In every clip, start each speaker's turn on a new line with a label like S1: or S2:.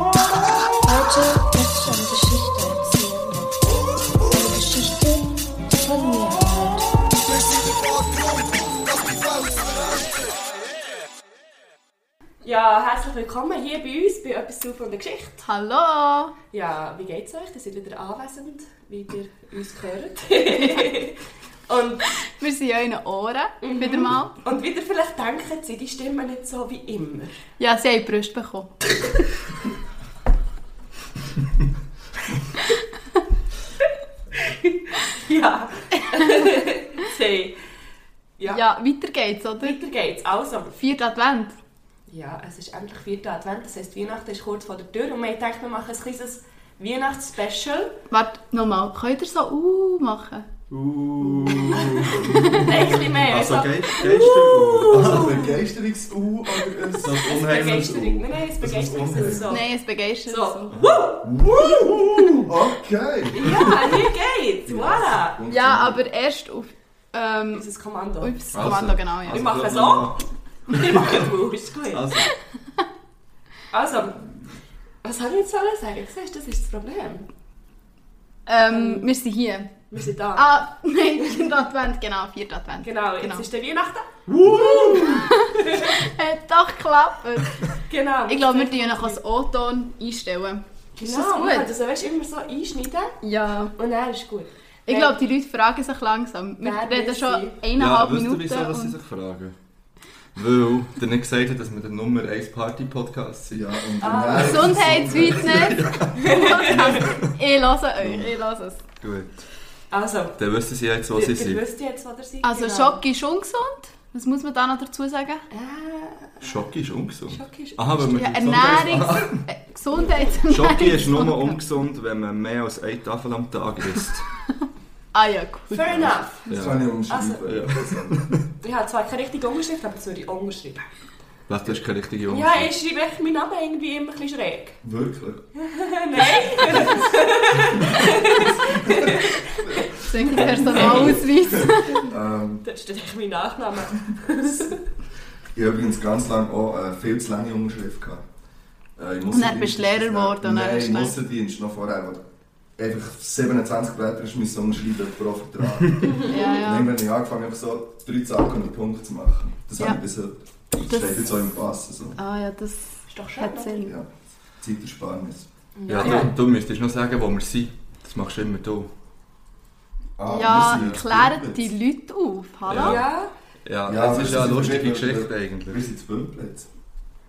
S1: Heute möchte ich eine Geschichte erzählen. Eine Geschichte, die von mir handelt.
S2: Ja, herzlich willkommen hier bei uns bei «Etwas zu von der Geschichte».
S3: Hallo!
S2: Ja, wie geht's euch? Ihr seid wieder anwesend, wie ihr uns hört. und,
S3: Wir sind ja in den Ohren,
S2: Mhm.
S3: wieder mal.
S2: und wieder vielleicht denken sie, die Stimmen nicht so wie immer.
S3: Ja, sie haben die Brust bekommen.
S2: Ja. sie. Ja.
S3: Ja. weiter geht's, oder?
S2: Weiter geht's. Also,
S3: Vierter Advent.
S2: ja, es ist endlich vierter Advent, das heisst, Weihnachten ist kurz vor der Tür und wir denken, wir machen ein kleines Weihnachtsspecial.
S3: Warte, nochmal. Könnt ihr so «uh» machen?
S2: Nein, ein bisschen mehr.
S4: Also
S2: Also,
S4: Ge- Geister-U.
S2: Uh.
S4: Also ein Begeisterungs-U oder ein so ein unheimliches
S2: Begeisterung.
S4: U.
S2: Also,
S4: Also, Das ist unheimlich.
S2: Nein, nein, es Begeisterung. so.
S3: Nein, es begeistert
S2: So.
S3: so.
S4: Okay.
S2: Ja, hier geht's. Voilà.
S3: Ja, aber erst auf... Ähm,
S2: Unser Kommando.
S3: aufs
S4: Also.
S3: Kommando, genau, ja.
S2: Wir
S4: Also,
S2: machen
S4: gut,
S2: so. Wir machen Buch, ist gut.
S4: Also,
S2: Also, was soll ich jetzt alles sagen? Siehst, du, das ist das Problem.
S3: Ähm, wir sind hier.
S2: Wir sind da.
S3: Ah, nein, vierter Advent, genau, vierter Advent.
S2: genau, jetzt
S3: genau.
S2: ist der Weihnachten.
S3: Hat doch geklappt.
S2: Genau.
S3: Ich glaube, wir tun noch als O-Ton einstellen.
S2: genau,
S3: ist das gut?
S2: Wir können das weißt, immer so einschneiden
S3: Ja.
S2: und dann ist gut.
S3: Ich glaube, die Leute fragen sich langsam. Wir
S2: Wer wir
S3: reden schon
S2: sind.
S4: ja,
S3: eineinhalb
S4: wisst ihr,
S3: Minuten.
S4: wieso was sie
S3: und-
S4: sich fragen? Weil ihr nicht gesagt habt, dass wir der Nummer 1 Party-Podcast sind.
S5: Ja, und
S2: Ah.
S4: Also,
S5: dann-
S3: Gesundheitsfitness. ich lasse euch, ich lasse es.
S4: Gut.
S2: Also,
S4: Dann wissen sie jetzt, wo
S2: ihr,
S4: sie
S2: ihr
S4: sind.
S2: wisst jetzt, was ihr seid. Genau.
S3: Also Schock ist ungesund. Was muss man da noch dazu sagen?
S2: Äh,
S4: Schock ist ungesund.
S2: Schock ist
S4: Aha, weil wir
S3: Ja,
S4: die Gesundheits- Ah,
S3: Ernährungs... äh, Gesundheits...
S4: Schock ist nur um- ungesund, wenn man mehr als eine Tafel am Tag isst.
S3: Ah ja, gut.
S2: Fair enough.
S5: Das
S4: Ja.
S5: kann ich umschreiben.
S2: Also-
S4: Ja.
S2: Ich habe zwar keine richtige Umschrift, aber das würde ich umschreiben.
S4: Was, du hast keine richtige
S2: Ja,
S4: Umschrift.
S2: ich schreibe echt meinen Namen irgendwie immer ein bisschen schräg.
S5: Wirklich?
S3: Das ist ein Personalausweis.
S5: Ähm,
S2: Da steht echt mein Nachname.
S5: ich habe übrigens ganz lange auch äh, viel zu lange Umschrift gehabt. Äh, im
S3: Und dann
S5: Aussendienst
S3: bist du Lehrer
S5: ist das-
S3: geworden und dann
S5: Nein,
S3: hast du
S5: im
S3: gedacht-
S5: Aussendienst noch vorher. Wo einfach 27 Blätter ist mein umschreiben pro Vertrag. Und
S3: Ja, ja.
S5: Dann habe ich angefangen, einfach so drei Sachen und Punkte zu machen. Das
S3: Ja.
S5: habe ich bis heute. Das
S3: Das-
S5: steht jetzt auch im Pass. Also,
S3: Ah ja, das
S2: Ist doch schön.
S3: hat
S2: oder?
S3: Sinn.
S5: ja, Zeitersparnis.
S4: Ja,
S2: Ja.
S4: du, du müsstest noch sagen, wo wir sind. Das machst du immer du.
S5: Ah,
S3: Ja,
S5: wir sind-
S3: klärt die Leute auf. Hallo?
S2: Ja,
S4: Ja,
S5: Ja,
S4: das
S5: wir
S4: ist ja eine
S5: sind
S4: lustige
S5: wirklich-
S4: Geschichte
S5: Wir
S4: eigentlich.
S5: sind zu Bümplitz.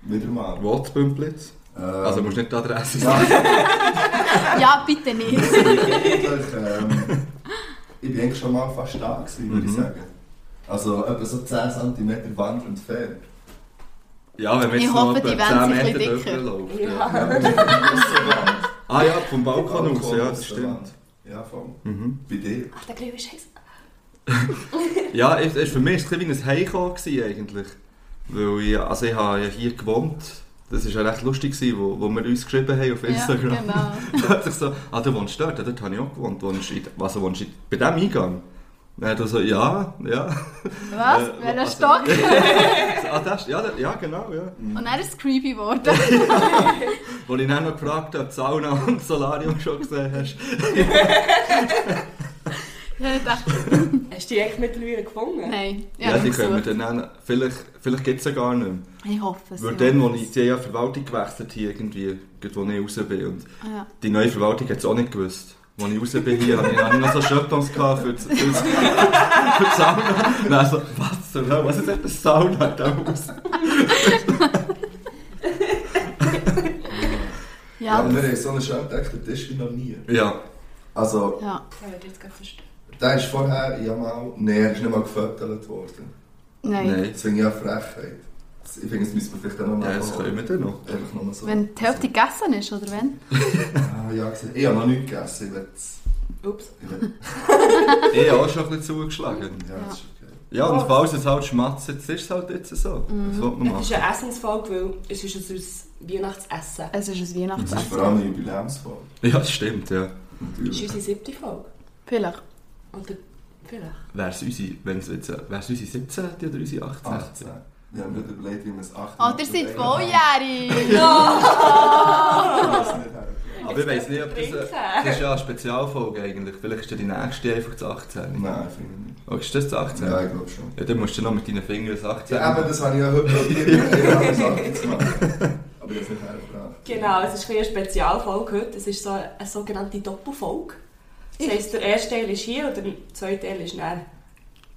S5: Wieder mal.
S4: Wo zu Bümplitz?
S5: Ähm,
S4: Also musst nicht die Adresse
S5: ja.
S4: sagen.
S3: Ja, bitte nicht.
S5: eigentlich, ähm, ich bin eigentlich schon mal fast da gewesen, würde ich
S4: Mhm.
S5: sagen. Also etwa so 10 cm Wand entfernt.
S4: Ja, wenn wir
S3: Ich
S4: jetzt
S3: hoffe,
S4: noch
S3: die
S4: etwa
S3: werden
S4: 10
S3: sich ein
S4: Meter
S3: bisschen dicker.
S4: drüber
S2: Ja.
S4: ja.
S5: Ja, mit einer grossen Wand.
S4: Ah ja, vom Balkon aus,
S5: Balkon
S4: ja,
S5: aus
S4: das
S5: der
S4: stimmt.
S5: Wand. Ja, voll.
S4: Mhm.
S5: Bei dir.
S2: Ach, der Glühwein ist heiß.
S4: Ja, es es war für mich ein bisschen wie ein Heimkommen gewesen eigentlich. Weil ich, also ich habe ja hier gewohnt. Das war ja recht lustig, gewesen, wo, wo wir uns geschrieben haben auf
S3: Ja,
S4: Instagram.
S3: genau.
S4: plötzlich so, ah, du wohnst dort, ja, dort habe ich auch gewohnt. Wohnst in, also wohnst in, bei diesem Eingang? Dann hat er so, ja, ja.
S3: Was?
S4: Äh,
S3: Welcher
S4: also-
S3: Stock?
S4: ah, das, ja, das, ja, genau, ja.
S3: Und dann ist es creepy geworden.
S4: Wo ich dann noch gefragt habe, ob du Sauna und Solarium schon gesehen hast.
S3: Ja, Ich dachte,
S2: Hast du die eigentlich mittlerweile gefunden?
S3: nein. ich
S4: Ja,
S3: habe
S4: die
S3: nicht
S4: können wir
S3: gesucht.
S4: dann, vielleicht, vielleicht gibt es ja gar nicht mehr.
S3: Ich hoffe es.
S4: Weil
S3: ja.
S4: dann, wo ich, die haben ja Verwaltung gewechselt hier irgendwie, gerade wo ich raus bin. Und
S3: Ah, ja.
S4: die neue Verwaltung hat es auch nicht gewusst. Als ich raus bin hier, hatte ich dann noch so Schöpfons gehabt für, das- für, das- für die Sauna. Dann so, was zur Hölle, was ist denn das Sauna da raus?
S3: Ja,
S5: Ja,
S4: ne-
S3: aber-
S5: wir haben so einen schönen Tisch wie noch nie.
S4: Ja,
S5: Also,
S3: ja.
S2: Das habe ich jetzt gerade verstanden.
S5: der ist vorher ja mal. Nein, er ist nicht mal gefüttert worden.
S3: Nein.
S4: nein.
S5: Das finde ich auch Frechheit. Das- Ich finde, das müssen wir vielleicht auch noch mal
S4: Ja, das
S5: machen.
S4: können wir dann noch.
S5: Einfach nur so.
S3: Wenn die Hälfte gegessen ist, oder wenn?
S5: Ah, ja, gesehen. Ich habe noch nichts gegessen. Ich will's-
S2: Ups.
S5: ich will-
S4: Ich habe auch schon ein bisschen zugeschlagen.
S5: Ja, das ist okay.
S4: Ja, und falls es halt schmatzt, jetzt ist es halt jetzt so. Das sollte man
S2: Es ist
S4: machen.
S2: eine Essensfolge, weil es ist unser Weihnachtsessen.
S5: Das
S3: Es ist ein
S5: ist
S3: Weihnachtsessen.
S5: vor allem eine Jubiläumsfolge.
S4: Ja, das stimmt, ja.
S2: Das ist
S5: Natürlich.
S2: unsere siebte Folge.
S3: Vielleicht.
S2: Oder Vielleicht.
S4: Wäre es unsere, wenn's jetzt, wär's unsere 17 oder unsere 18?
S5: 18. Wir haben gerade überlegt, wie man es 18
S3: Alter, Ah, seid volljährig!
S4: Aber ich weiss nicht, ob das... äh, Das
S2: Trinken.
S4: ist ja eine Spezialfolge eigentlich. Vielleicht ist ja die nächste einfach zu 18.
S5: Nein, finde ich nicht. Also,
S4: Oh, ist das zu 18?
S5: Ja, ich glaube schon.
S4: Ja, dann musst du noch mit deinen Fingern das 18.
S5: Ja, aber das habe ich ja heute probiert. Ich habe es 18 gemacht. Aber jetzt nicht hergebracht.
S2: Genau, es ist ein bisschen eine Spezialfolge heute. Es ist so eine sogenannte Doppelfolge. Das heisst, der erste Teil ist hier und der zweite Teil ist näher.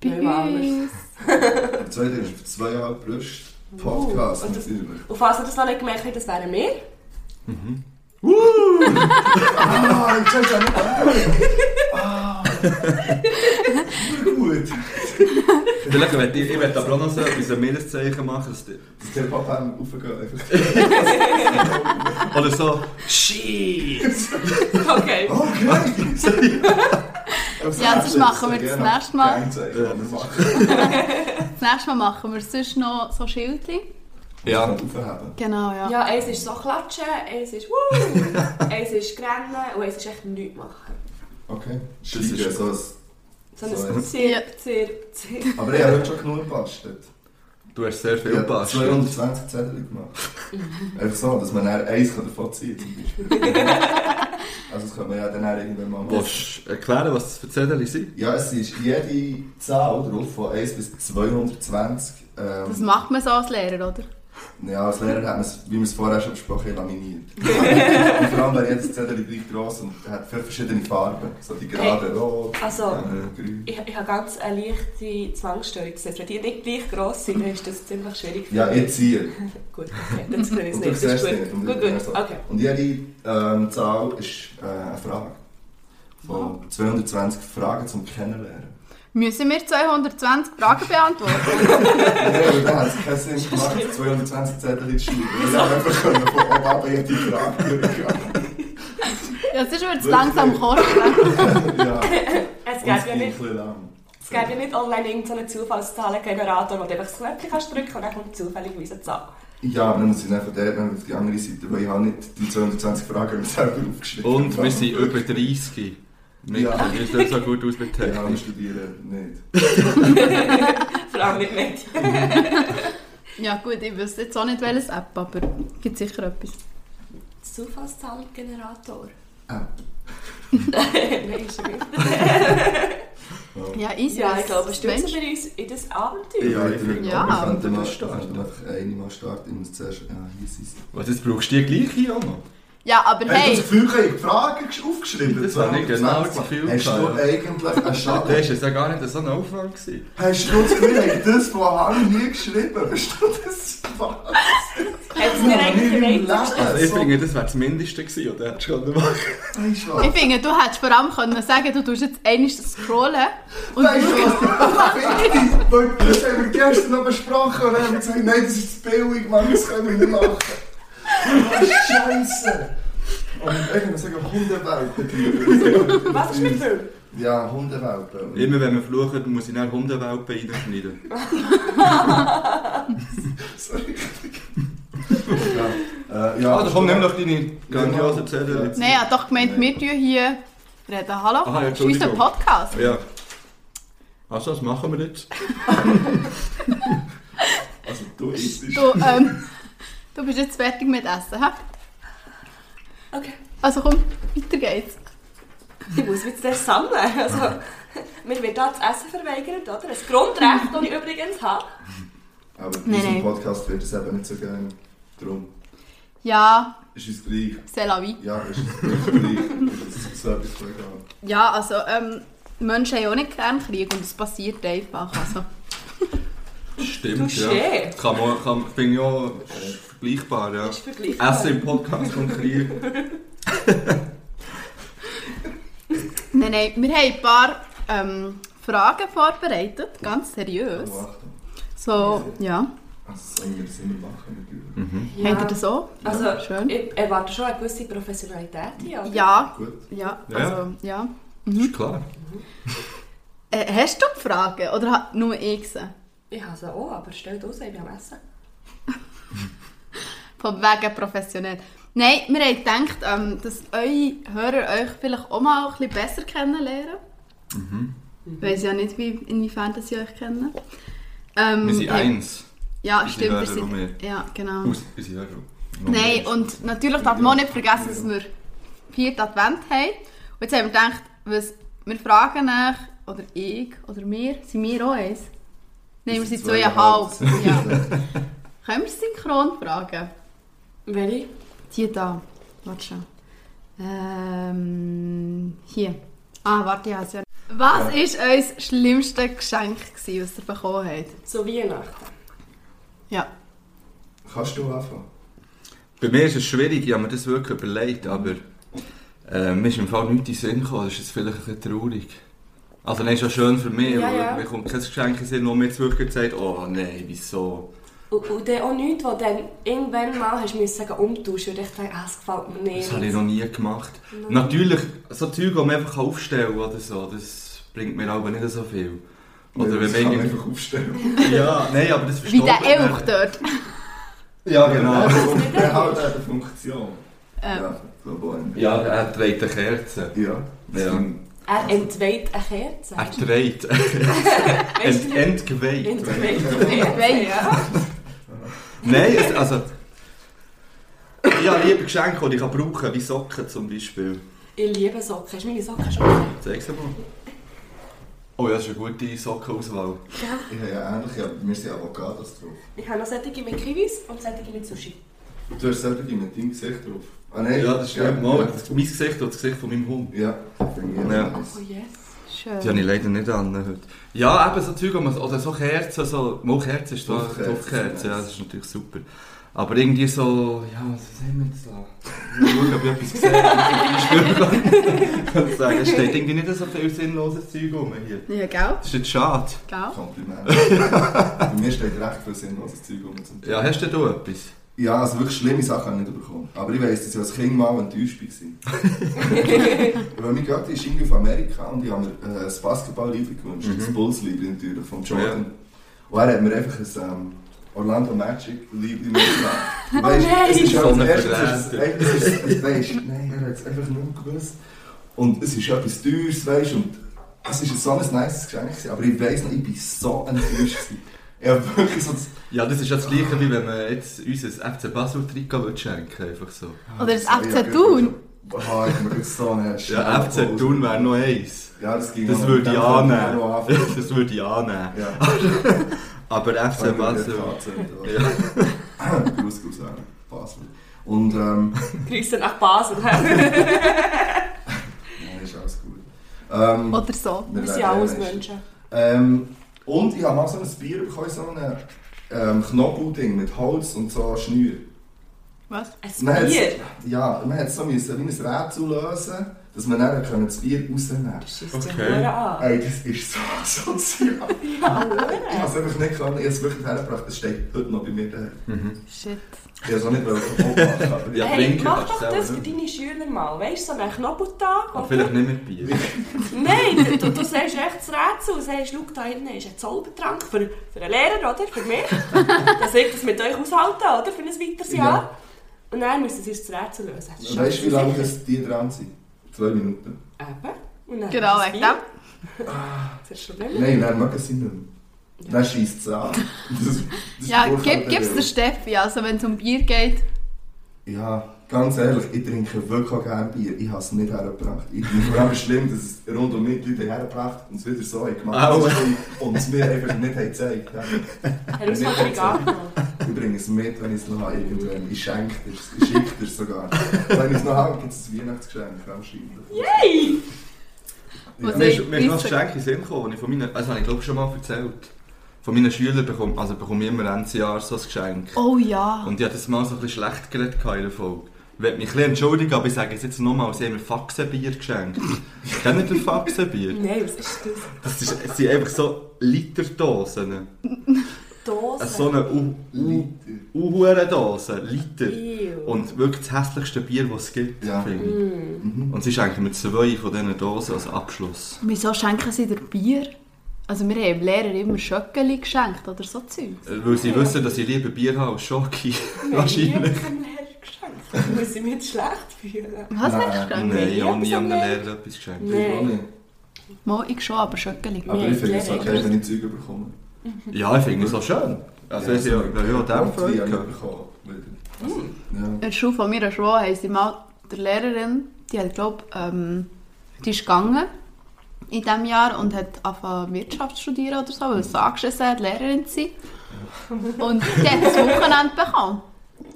S3: Bei uns.
S5: Der zweite ist zweieinhalb Brüste. Podcast
S2: Uh, und das-
S5: natürlich.
S2: Und falls ihr das noch nicht gemerkt habt, das wären wir.
S5: Ah, ich check's auch nicht. Ah, gut.
S4: Vielleicht möchte ich, ich möchte aber auch noch so etwas ein Meereszeichen machen. Dass die,
S5: Dass der Papa am Aufgehen einfach.
S4: oder so... Shit!
S2: Okay.
S5: Okay.
S3: Ja, das machen wir das nächste Mal.
S5: Ja, das machen
S3: Das nächste Mal machen wir sonst noch so Schildchen.
S4: Ja.
S5: wir.
S3: Genau, ja.
S2: Ja, eins ist so klatschen, eins ist wuh, eins ist rennen und eins ist echt nichts machen.
S5: Okay.
S4: ist-
S5: Schreiben, so ein-
S2: So
S5: So
S2: ein so,
S5: ein-
S2: Zirp, Zirp, Zirp.
S5: Aber ich habe heute schon genug gebastelt.
S4: Du hast sehr
S5: Ich
S4: viel
S5: habe
S4: gepasst.
S5: 220 Zettel gemacht. Einfach so, dass man dann eins davon ziehen kann, zum Beispiel. Also, das können wir ja dann auch irgendwann mal machen.
S4: Willst du erklären, was das für Zettel sind?
S5: Ja, es ist jede Zahl drauf, von 1 bis 220. Ähm,
S3: Das macht man so als Lehrer, oder?
S5: Ja, als Lehrer hat man es, wie wir es vorher schon besprochen haben, laminiert. und vor allem wäre jetzt das Zettel gleich gross und hat vier verschiedene Farben. So die gerade rot,
S2: Also,
S5: dann grün.
S2: ich, ich habe ganz eine leichte Zwangsstörung gesetzt. Wenn die nicht gleich gross sind, dann ist das ziemlich schwierig.
S5: Ja, ich ziehe.
S2: Gut, okay, dann sehen wir es
S5: Und du
S2: nicht. Das ist
S5: siehst nicht.
S2: gut.
S5: Und
S2: Gut,
S5: ich-
S2: gut, okay.
S5: Und jede ähm, Zahl ist äh, eine Frage. Von 220 Fragen zum Kennenlernen.
S3: Müssen wir 220 Fragen beantworten?
S5: Ja, aber dann hat es keinen Sinn gemacht, 220 Zettel zu schreiben. Wir haben einfach können von oben ab jede Frage durchgehen.
S3: Ja, sonst wird es langsam kosten.
S5: Ja,
S2: Es
S5: und es
S2: gäbe ja
S5: ging ein
S2: nicht,
S5: bisschen lang.
S2: es gäbe ja nicht online irgendeinen Zufallszahlengenerator, wo du einfach das Knöpfchen kannst drücken und dann kommt zufälligerweise eine Zahl.
S5: Ja, aber dann muss ich dann von der dann auf die andere Seite, weil ich habe nicht die 220 Fragen selber aufgeschrieben.
S4: Und wir sind über 30. Wir
S5: Ja.
S4: ja. sehen nicht so gut aus mit
S5: Ja, wir
S4: Technik.
S5: studieren nicht.
S2: Vor allem mit Medien.
S3: Ja gut, ich wüsste jetzt auch nicht, welches App, aber es gibt sicher etwas.
S2: Zufallszahlengenerator.
S5: Ah.
S2: Nein, ist ja nicht.
S3: Ja, easy.
S2: Ja, ich glaube, stützen
S3: Mensch.
S2: wir uns in das Abenteuer.
S4: Ja, ich
S5: würde
S3: Ja,
S5: wir
S4: aber
S5: könnten mal
S4: du
S5: starten.
S4: starten.
S5: Wir könnten einfach einmal starten. Ich muss zuerst. Ja, hier sind sie.
S4: Was, jetzt brauchst du die gleiche hier auch noch?
S3: Ja, aber
S5: Hast du
S3: hey,
S5: das Gefühl, ich habe die Fragen aufgeschrieben?
S4: Das habe ich genau das
S5: 220.
S4: Gefühl
S5: Hast du
S4: gehabt, ja.
S5: eigentlich einen
S4: Das war
S5: Schaden?
S4: jetzt ja gar nicht so ein Aufwand. Gewesen.
S5: Hast du das Gefühl, ich habe das von Hang nie geschrieben? Bist du das? Was?
S2: Hat es mir eigentlich gemeint?
S4: Also ich finde, das wäre das Mindeste gewesen, oder? Hättest du können machen
S5: Weißt du was?
S3: ich finde, du hättest vor allem können sagen, du tust jetzt einmal scrollen und
S5: Weißt du was? Weil das haben wir gestern noch besprochen und dann haben wir gesagt, nein, das ist zu billig, Mann, das können wir nicht machen. Was Oh, Scheiße! Oh, Und irgendwann sagen wir Hundewelpen.
S2: Was ist mit Film?
S5: Ja, Hundewelpen.
S4: Immer wenn wir fluchen, muss ich dann Hundewelpen reinschneiden.
S5: Sorry. ja, äh, ja,
S4: Ah, da kommen nimm doch deine
S5: Genau.
S4: grandiose Zettel.
S3: Nein, er hat doch gemeint, wir tun hier reden. Hallo,
S4: Aha, ja,
S3: das ist unser
S4: Entschuldigung.
S3: Podcast.
S4: Ja. Also, was machen wir jetzt?
S5: Also, du isst.
S3: Du, ähm, du bist jetzt fertig mit Essen, hä?
S2: Okay.
S3: Also komm, weiter geht's.
S2: Ich muss jetzt das sammeln. Also, mir wird da das Essen verweigert, oder? Ein Grundrecht, das ich übrigens habe.
S5: Aber in
S3: Nein,
S5: diesem
S3: nein.
S5: Podcast wird es eben nicht so gerne. Darum
S3: Ja,
S5: ist es gleich.
S3: c'est la vie.
S5: Ja, ist es gleich. ist es so etwas von egal.
S3: Ja, also ähm, Menschen haben ja auch nicht gerne Krieg und es passiert einfach. Also,
S4: Stimmt,
S2: Du
S4: ja.
S2: stehst.
S4: Kann man, kann, bin ja äh, vergleichbar, ja.
S2: Ist vergleichbar.
S4: Essen im Podcast und Krieg.
S3: nein, nein, wir haben ein paar ähm, Fragen vorbereitet, ganz seriös.
S5: Oh, Achtung.
S3: So, ja.
S5: Also, sollen wir das immer machen? natürlich.
S4: Mhm.
S2: Ja.
S3: Habt ihr das auch?
S2: Also,
S3: Schön.
S2: ich erwarte schon eine gewisse Professionalität hier. oder?
S3: Ja,
S5: Gut.
S3: ja,
S4: Ja.
S3: also, ja.
S4: Ist klar.
S3: Äh, hast du die Fragen oder ha- nur ich sie?
S2: Ich habe sie auch, aber stell dir aus, ich bin am Essen.
S3: Von wegen professionell. Nein, wir haben gedacht,
S4: Mhm.
S3: ähm, dass eure Hörer euch vielleicht auch mal ein bisschen besser kennenlernen. Ich weiss ja nicht, wie, inwiefern dass ich euch kenne. Ähm,
S4: Wir sind
S3: hey,
S4: eins.
S3: Ja, Ah,
S4: unsere
S3: stimmt. Wir
S4: Hörer und
S3: sind,
S4: wir.
S3: ja, genau.
S4: Aus, unsere Hörer. Noch
S3: Nein,
S4: mehr.
S3: und natürlich darf man auch nicht vergessen, dass wir vier Advent haben. Und jetzt haben wir gedacht, was, wir fragen euch, oder ich, oder wir, sind wir auch eins? Nein, wir
S4: Wir
S3: sind
S4: sind
S3: zweieinhalb.
S4: zweieinhalb.
S3: Ja. Können wir es synchron fragen?
S2: Welche?
S3: Die da. Warte schon. Ähm, hier. Ah, warte, ja, ja. Was
S4: Ja.
S3: war euer schlimmste Geschenk, gewesen, was ihr bekommen habt?
S2: Zu Weihnachten.
S3: Ja.
S5: Kannst du anfangen?
S4: Bei mir ist es schwierig, ich habe mir das wirklich überlegt, aber äh, mir ist im Fall nichts in den Sinn gekommen. Das ist jetzt vielleicht ein bisschen traurig. Also nein, ist ja schön für mich,
S2: Ja,
S4: weil
S2: ja.
S4: mir kommt kein Geschenk in den Sinn, wo mir jetzt wirklich sagt, oh nein, wieso?
S2: Und, und dann auch nichts, wo dann irgendwann mal hast müssen gehen, umtauschen und ich dachte, ah, das gefällt mir nicht.
S4: Das habe ich noch nie gemacht. Natürlich, so Zeug, die man einfach aufstellen oder so, das bringt mir aber nicht so viel. Oder wenn
S5: das
S4: man
S5: kann man
S4: irgendwie...
S5: einfach aufstellen.
S4: Ja, nein, aber das
S3: Wie
S4: versteht
S3: der
S4: man nicht.
S3: Elch dort.
S4: Ja, genau.
S5: Der hat eine Funktion.
S3: Ähm,
S5: Ja, so wollen wir.
S4: Ja, er trägt eine Kerze.
S5: Ja.
S4: Ja.
S2: Er entweiht eine Kerze.
S4: Er trägt...
S2: Weißt
S4: Ent,
S2: du?
S4: entgeweiht.
S2: Entweiht eine Kerze, ja.
S4: Nein, es, also. Ich habe lieber Geschenke, die ich kann brauchen kann, wie Socken zum Beispiel.
S2: Ich liebe Socken. Hast du meine Socken schon gesehen?
S4: Zeig's mal. Oh ja, das ist eine gute Sockenauswahl.
S5: Ich habe ja ähnlich, ja, wir sind Avocados drauf.
S2: Ich habe noch solche mit Kiwis und solche mit Sushi.
S5: Du hast selber die mit deinem Gesicht drauf. Ah nein,
S4: Ja, das ist ja, mal das- mein Gesicht und das Gesicht von meinem Hund.
S5: Ja, finde ich
S4: Ja.
S5: auch nice.
S2: Oh yes.
S4: Die habe
S3: Schön.
S4: ich leider nicht an ne, heute. Ja, eben so Zeug, wo man- oder so Kerzen, so... Mal Kerzen ist doch
S5: Duftkerzen,
S4: Duftkerzen, ja,
S5: nice.
S4: das ist natürlich super. Aber irgendwie so... Ja, was haben wir jetzt da? Mal schauen, ob ich etwas gesehen habe. zum Beispiel. Ich kann sagen, Es steht irgendwie nicht so viel sinnloses Zeug rum hier.
S3: Ja, gell?
S4: Das ist jetzt schade.
S3: Gell?
S5: Kompliment. Bei mir steht recht viel sinnloses Zeug um zum
S4: Ja, hast denn du etwas?
S5: Ja, also wirklich schlimme Sachen habe ich nicht bekommen. Aber ich weiss, dass ich als Kind mal enttäuscht war. Weil mein Gott ist irgendwie von Amerika und ich habe mir äh, ein Basketball-Liebling gewünscht.
S4: Mhm.
S5: Das Bulls-Liebling natürlich, von Jordan. Und er hat mir einfach ein ähm, Orlando Magic-Liebling mitgebracht. Weißt
S2: nein!
S5: es ist ja
S4: So
S5: das
S4: eine
S5: Erste,
S4: Vergleiche.
S5: es ist- es ist- Weißt du, nein, er hat es einfach nicht gewusst. Und es ist etwas Teures, weißt du, und es ist so ein nice Geschenk, gewesen. aber ich weiss noch, ich bin so enttäuscht. gewesen. Ich habe wirklich so das
S4: Ja, das ist ja das Gleiche, wie wenn man jetzt uns ein FC Basel Trikot würde schenken Einfach so.
S3: Oder das FC Thun?
S5: Ah, ich mag jetzt so eine
S4: Ja, FC Thun wäre noch eins.
S5: Ja, das ging
S4: Das
S5: noch.
S4: würde ich
S5: Dann können wir
S4: annehmen.
S5: noch anfangen.
S4: Das würde ich annehmen.
S5: Ja,
S4: Aber FC
S5: können wir dort
S4: Basel...
S5: anzünden, oder?
S4: Ja.
S5: Gruß, Gruß an Basel. Und ähm,
S2: Grüße nach Basel. Wir
S5: ja, ist alles gut. Ähm,
S3: Oder so.
S5: wir
S2: sind
S5: werden
S2: alles
S5: eh meistern.
S2: Menschen.
S5: Ähm, und ich habe mal so ein Bier bekommen, so ein ähm, Knobbelding mit Holz und so Schnür.
S3: Was?
S2: Ein Bier.
S5: Ja, man hat so müssen, wie ein Rätsel lösen, dass man dann können das Bier rausnehmen konnte.
S2: Das schießt ja
S4: Okay.
S2: Huren an.
S5: Ey, das ist so, so ziemlich. Ich habe es einfach nicht können, ich habe es wirklich hergebracht. Es steht heute noch bei mir daheim.
S4: Mhm.
S3: Shit.
S5: Ich habe es auch nicht kaputt machen, aber
S4: Ja,
S2: Hey,
S4: trinken
S2: mach
S4: kannst
S2: doch
S4: du
S2: das für
S4: selber.
S2: deine Schüler mal. Weißt du, so einen Knobbeltag?
S4: Aber
S2: oder?
S4: vielleicht nicht mit Bier.
S2: Nein, du, du, du sagst echt das Rätsel und sagst, schau, da hinten ist ein Zaubertrank für, für einen Lehrer, oder? Für mich. Dann soll ich das mit euch aushalten, oder? Für ein weiteres
S5: Ja.
S2: Jahr. Und dann müssen sie das Rätsel lösen. Das ist
S5: Weißt du, wie
S2: sicher.
S5: lange das die dran sind? Zwei Minuten.
S2: Eben. Und dann
S3: Genau,
S2: das
S3: wegen
S2: Bier.
S3: dem.
S2: Das ist schon nicht mehr.
S5: Nein, dann mögen sie nicht mehr. Dann schießt es an. Das, das
S3: Ja,
S5: braucht
S3: gib,
S5: halt
S3: gib's der
S5: eine-
S3: Steffi, also wenn es um Bier geht.
S5: Ja, ganz ehrlich, ich trinke wirklich auch gerne Bier. Ich habe es nicht hergebracht. Ich finde vor allem schlimm, dass es rund um mich die Leute hergebracht und es wieder so haben gemacht
S4: Au.
S5: und es mir einfach nicht haben gezeigt haben.
S2: Herausforderung angenommen.
S5: Ich bringe es mit, wenn ich es noch habe, irgendwann. Ich schenke dir es, ich schicke dir es sogar. Wenn ich es noch habe, gibt es ein Weihnachtsgeschenk, anscheinend.
S2: Hey!
S3: Was
S4: Mir
S3: ich
S4: ist, mir ist noch ein
S3: weiss-
S4: Geschenk in den Sinn gekommen, das ich von meinen... Also, das habe ich glaube ich schon mal erzählt. Von meinen Schülern bekomme, also bekomme ich immer Ende Jahr so ein Geschenk.
S3: Oh ja.
S4: Und ich hatte das mal so ein bisschen schlecht geredet in der Folge. Ich möchte mich ein bisschen entschuldigen, aber ich sage es jetzt nochmal, sie haben mir Faxenbier geschenkt. Kennt ihr Faxenbier?
S2: Nein, was ist das?
S4: Das ist, es sind einfach so Literdosen.
S2: Dose.
S4: So eine U- U-
S5: Liter.
S4: Uhurendose, Liter.
S2: Ew.
S4: Und wirklich das hässlichste Bier, das es gibt,
S5: Ja.
S4: finde ich. Mhm. Und sie schenken mir zwei von diesen Dosen als Abschluss.
S3: Wieso schenken sie dir Bier? Also wir haben dem Lehrer immer Schöckeli geschenkt oder so Zeug.
S4: Äh, Weil sie wissen, dass ich lieber Bier habe als Schoki. Wahrscheinlich.
S2: Ich habe Lehrer geschenkt. Muss ich mich jetzt schlecht fühlen?
S3: Was
S5: Nein,
S3: hast du geschenkt?
S4: Nein, ich habe nie
S2: Nein.
S4: einem Lehrer etwas geschenkt.
S2: Nein.
S5: Ich
S3: Mal, ich schon, aber Schöckeli.
S5: Aber ich finde es
S2: Ja,
S5: okay, wenn ich Zeug bekomme.
S4: Ja, ich finde es auch schön. Also, ich
S5: so
S4: habe ja auch den
S5: Rotwein
S4: Fall
S5: habe
S4: gehabt.
S5: ich bekommen. Also,
S3: Hm.
S5: ja.
S3: In der Schule von meiner Schwester haben sie mal der Lehrerin, die hat, glaub, ähm, die ist gegangen in diesem Jahr und hat angefangen Wirtschaft zu studieren oder so, weil sie angeschissen hat, Lehrerin zu sein. Und die hat das Wochenende bekommen.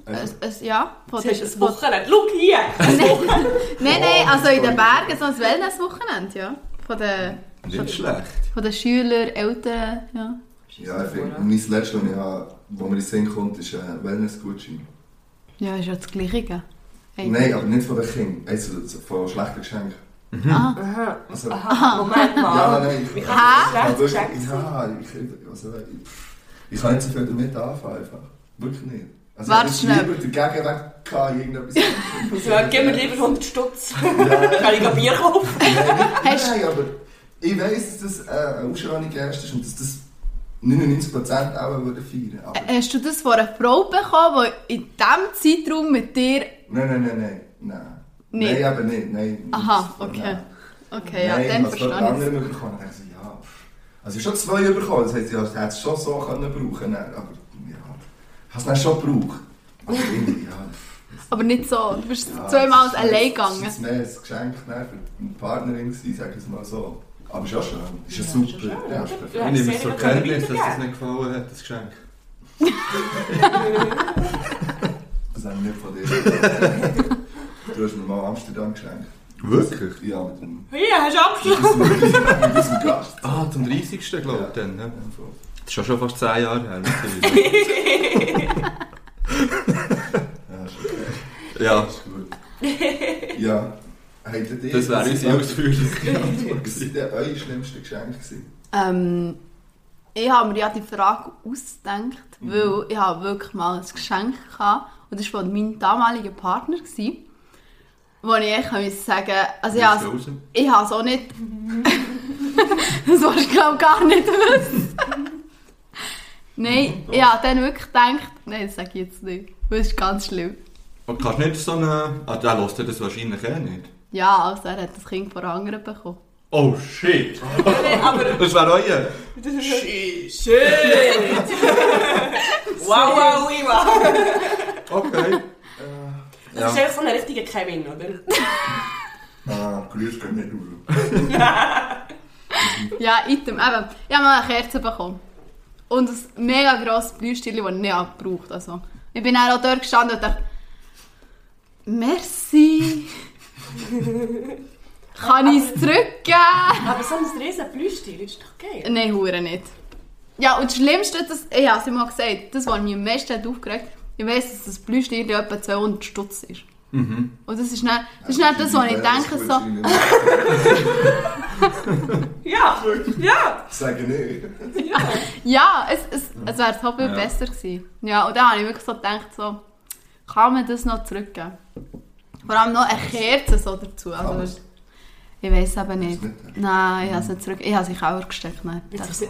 S5: also,
S3: Es, es, ja, von
S2: Das ist ein
S3: von-
S2: Wochenende. Schau hier!
S3: Nein, nein, nein, also in den
S5: Oh,
S3: Bergen, so ein Wellness-Wochenende, ja. Von den, von,
S4: Nicht schlecht.
S3: von den Schülern, Eltern, ja.
S5: Ja, ich finde, mein letztes, was ich habe, wo mir in den Sinn kommt, ist äh, ein Wellness-Gutschein.
S3: Ja, ist ja das Gleiche, gell? Hey.
S5: Nein, aber nicht von den Kindern, also von schlechten Geschenken.
S3: Ah,
S4: Mhm.
S2: Aha,
S5: Also,
S2: aha, Ah, Moment
S5: ja,
S2: mal.
S5: nein, ich,
S2: Aha.
S5: Ja, wirklich,
S2: Schlechtes Geschenk
S5: ja, ich, also, ich, ich kann nicht so viel damit anfangen. Einfach. Wirklich nicht. Also,
S3: Warte
S5: ich
S3: schnell.
S5: lieber den Gegenweg gehabt, irgendetwas.
S2: Ja, gib mir lieber 100 Stutz.
S5: Ja,
S2: Kann ich ein Bier kaufen?
S3: Hast-
S5: Nein, aber ich weiss, dass das äh, eine ausschauende Geste ist und dass das 99% auch würden feiern aber
S3: hast du das von einer Frau bekommen, die in diesem Zeitraum mit dir...
S5: Nein, nein, nein, nein. Nein,
S3: äh. Nicht?
S5: nein aber nicht. Nein,
S3: Aha,
S5: nicht.
S3: okay.
S5: Nein.
S3: Okay, ja,
S5: Nein,
S3: dann
S5: was dort
S3: verstehe ich
S5: andere bekommen, dann so, ja. pff. Also ich habe schon zwei bekommen, das heisst, ich hätte es schon so können brauchen dann, aber ja, ich habe es dann schon gebraucht. Aber irgendwie, ja.
S3: Aber nicht so, du bist
S5: ja
S3: zweimal
S5: es Ah, ist-
S3: allein
S5: Es
S3: gegangen.
S5: ist mehr ein Geschenk dann für die Partnerin gewesen, sage ich es mal so. Aber ist ja schön, ist ja
S3: Ja,
S5: super.
S3: ist ja schön,
S5: ja,
S2: oder?
S5: perfekt.
S2: Ja.
S4: Ich nehme es
S2: sehr
S4: zur
S2: gerne
S4: Kenntnis, dass es
S2: weitergeben.
S4: nicht gefallen hat, das Geschenk.
S5: Das haben wir nicht von dir. bekommen. du hast mir mal Amsterdam geschenkt.
S4: Wirklich?
S5: Ja, mit dem,
S2: Hier, hast du
S5: mit
S2: abgeschlossen?
S5: diesem, mit diesem Gast.
S4: Ah, zum 30. glaube
S5: Ja.
S4: ich dann. ne?
S5: Ja, voll.
S4: Das ist ja schon fast 10 Jahre her. mittlerweile.
S5: Ja, ist okay.
S4: ja,
S5: Ist gut. Ja. Hättet ihr-
S4: das wäre unsere
S5: ist-
S4: ausführliche Antwort
S5: Was sind
S4: gewesen.
S5: denn eure schlimmsten Geschenke? gewesen?
S3: Ähm, ich habe mir ja die Frage ausgedacht,
S5: Mhm.
S3: weil ich habe wirklich mal ein Geschenk hatte. Und das war von meinem damaligen Partner. Gewesen, wo ich echt sagen musste, also ich habe es-
S4: Raus.
S3: ich habe es auch nicht... das willst du glaube gar nicht wissen. nein,
S5: Mhm.
S3: ich habe dann wirklich gedacht, nein, das sage ich jetzt nicht. Weil es ist ganz schlimm.
S4: Und kannst nicht so eine... Ah, der hört das wahrscheinlich eh nicht.
S3: Ja, also er hat das Kind von einer anderen bekommen.
S4: Oh shit!
S2: Aber
S4: Das wäre euer...
S2: Shit! Wow, wow, wow, wow.
S4: Okay.
S2: Das ist echt so ein richtiger Kevin, oder?
S5: Ah, Grüße gehen nicht raus.
S3: Ja, item. Eben, ich habe mal eine Kerze bekommen. Und ein mega grosses Blühstierchen, das ich nicht abgebraucht habe. Also, ich bin dann auch dort gestanden und dachte, merci. Kann ich es zurückgeben?
S2: Aber so ein riesen Plüschtier ist doch geil.
S3: Nein, hure nicht. Ja, und das Schlimmste, das, ich habe es ihm mal gesagt, das, was mich am meisten hat aufgeregt hat, ich weiss, dass das Blühstierchen etwa 200 Stutz ist.
S4: Mhm.
S3: Und das ist nicht das, ist nicht das was ich denke, so...
S2: Ja, ja.
S5: Sagen nicht.
S3: Ja, es, es, es wäre so viel
S4: Ja.
S3: besser gewesen. Ja, und da habe ich wirklich so gedacht, so, kann man das noch zurückgeben? Vor allem noch eine Kerze so dazu.
S5: Kann man
S3: Also,
S5: es?
S3: ich weiß aber nicht.
S5: Kannst du nicht?
S3: Nein, ich habe es nicht zurück. Ich habe es in den Keller gesteckt. Nein.
S2: Jetzt ist das,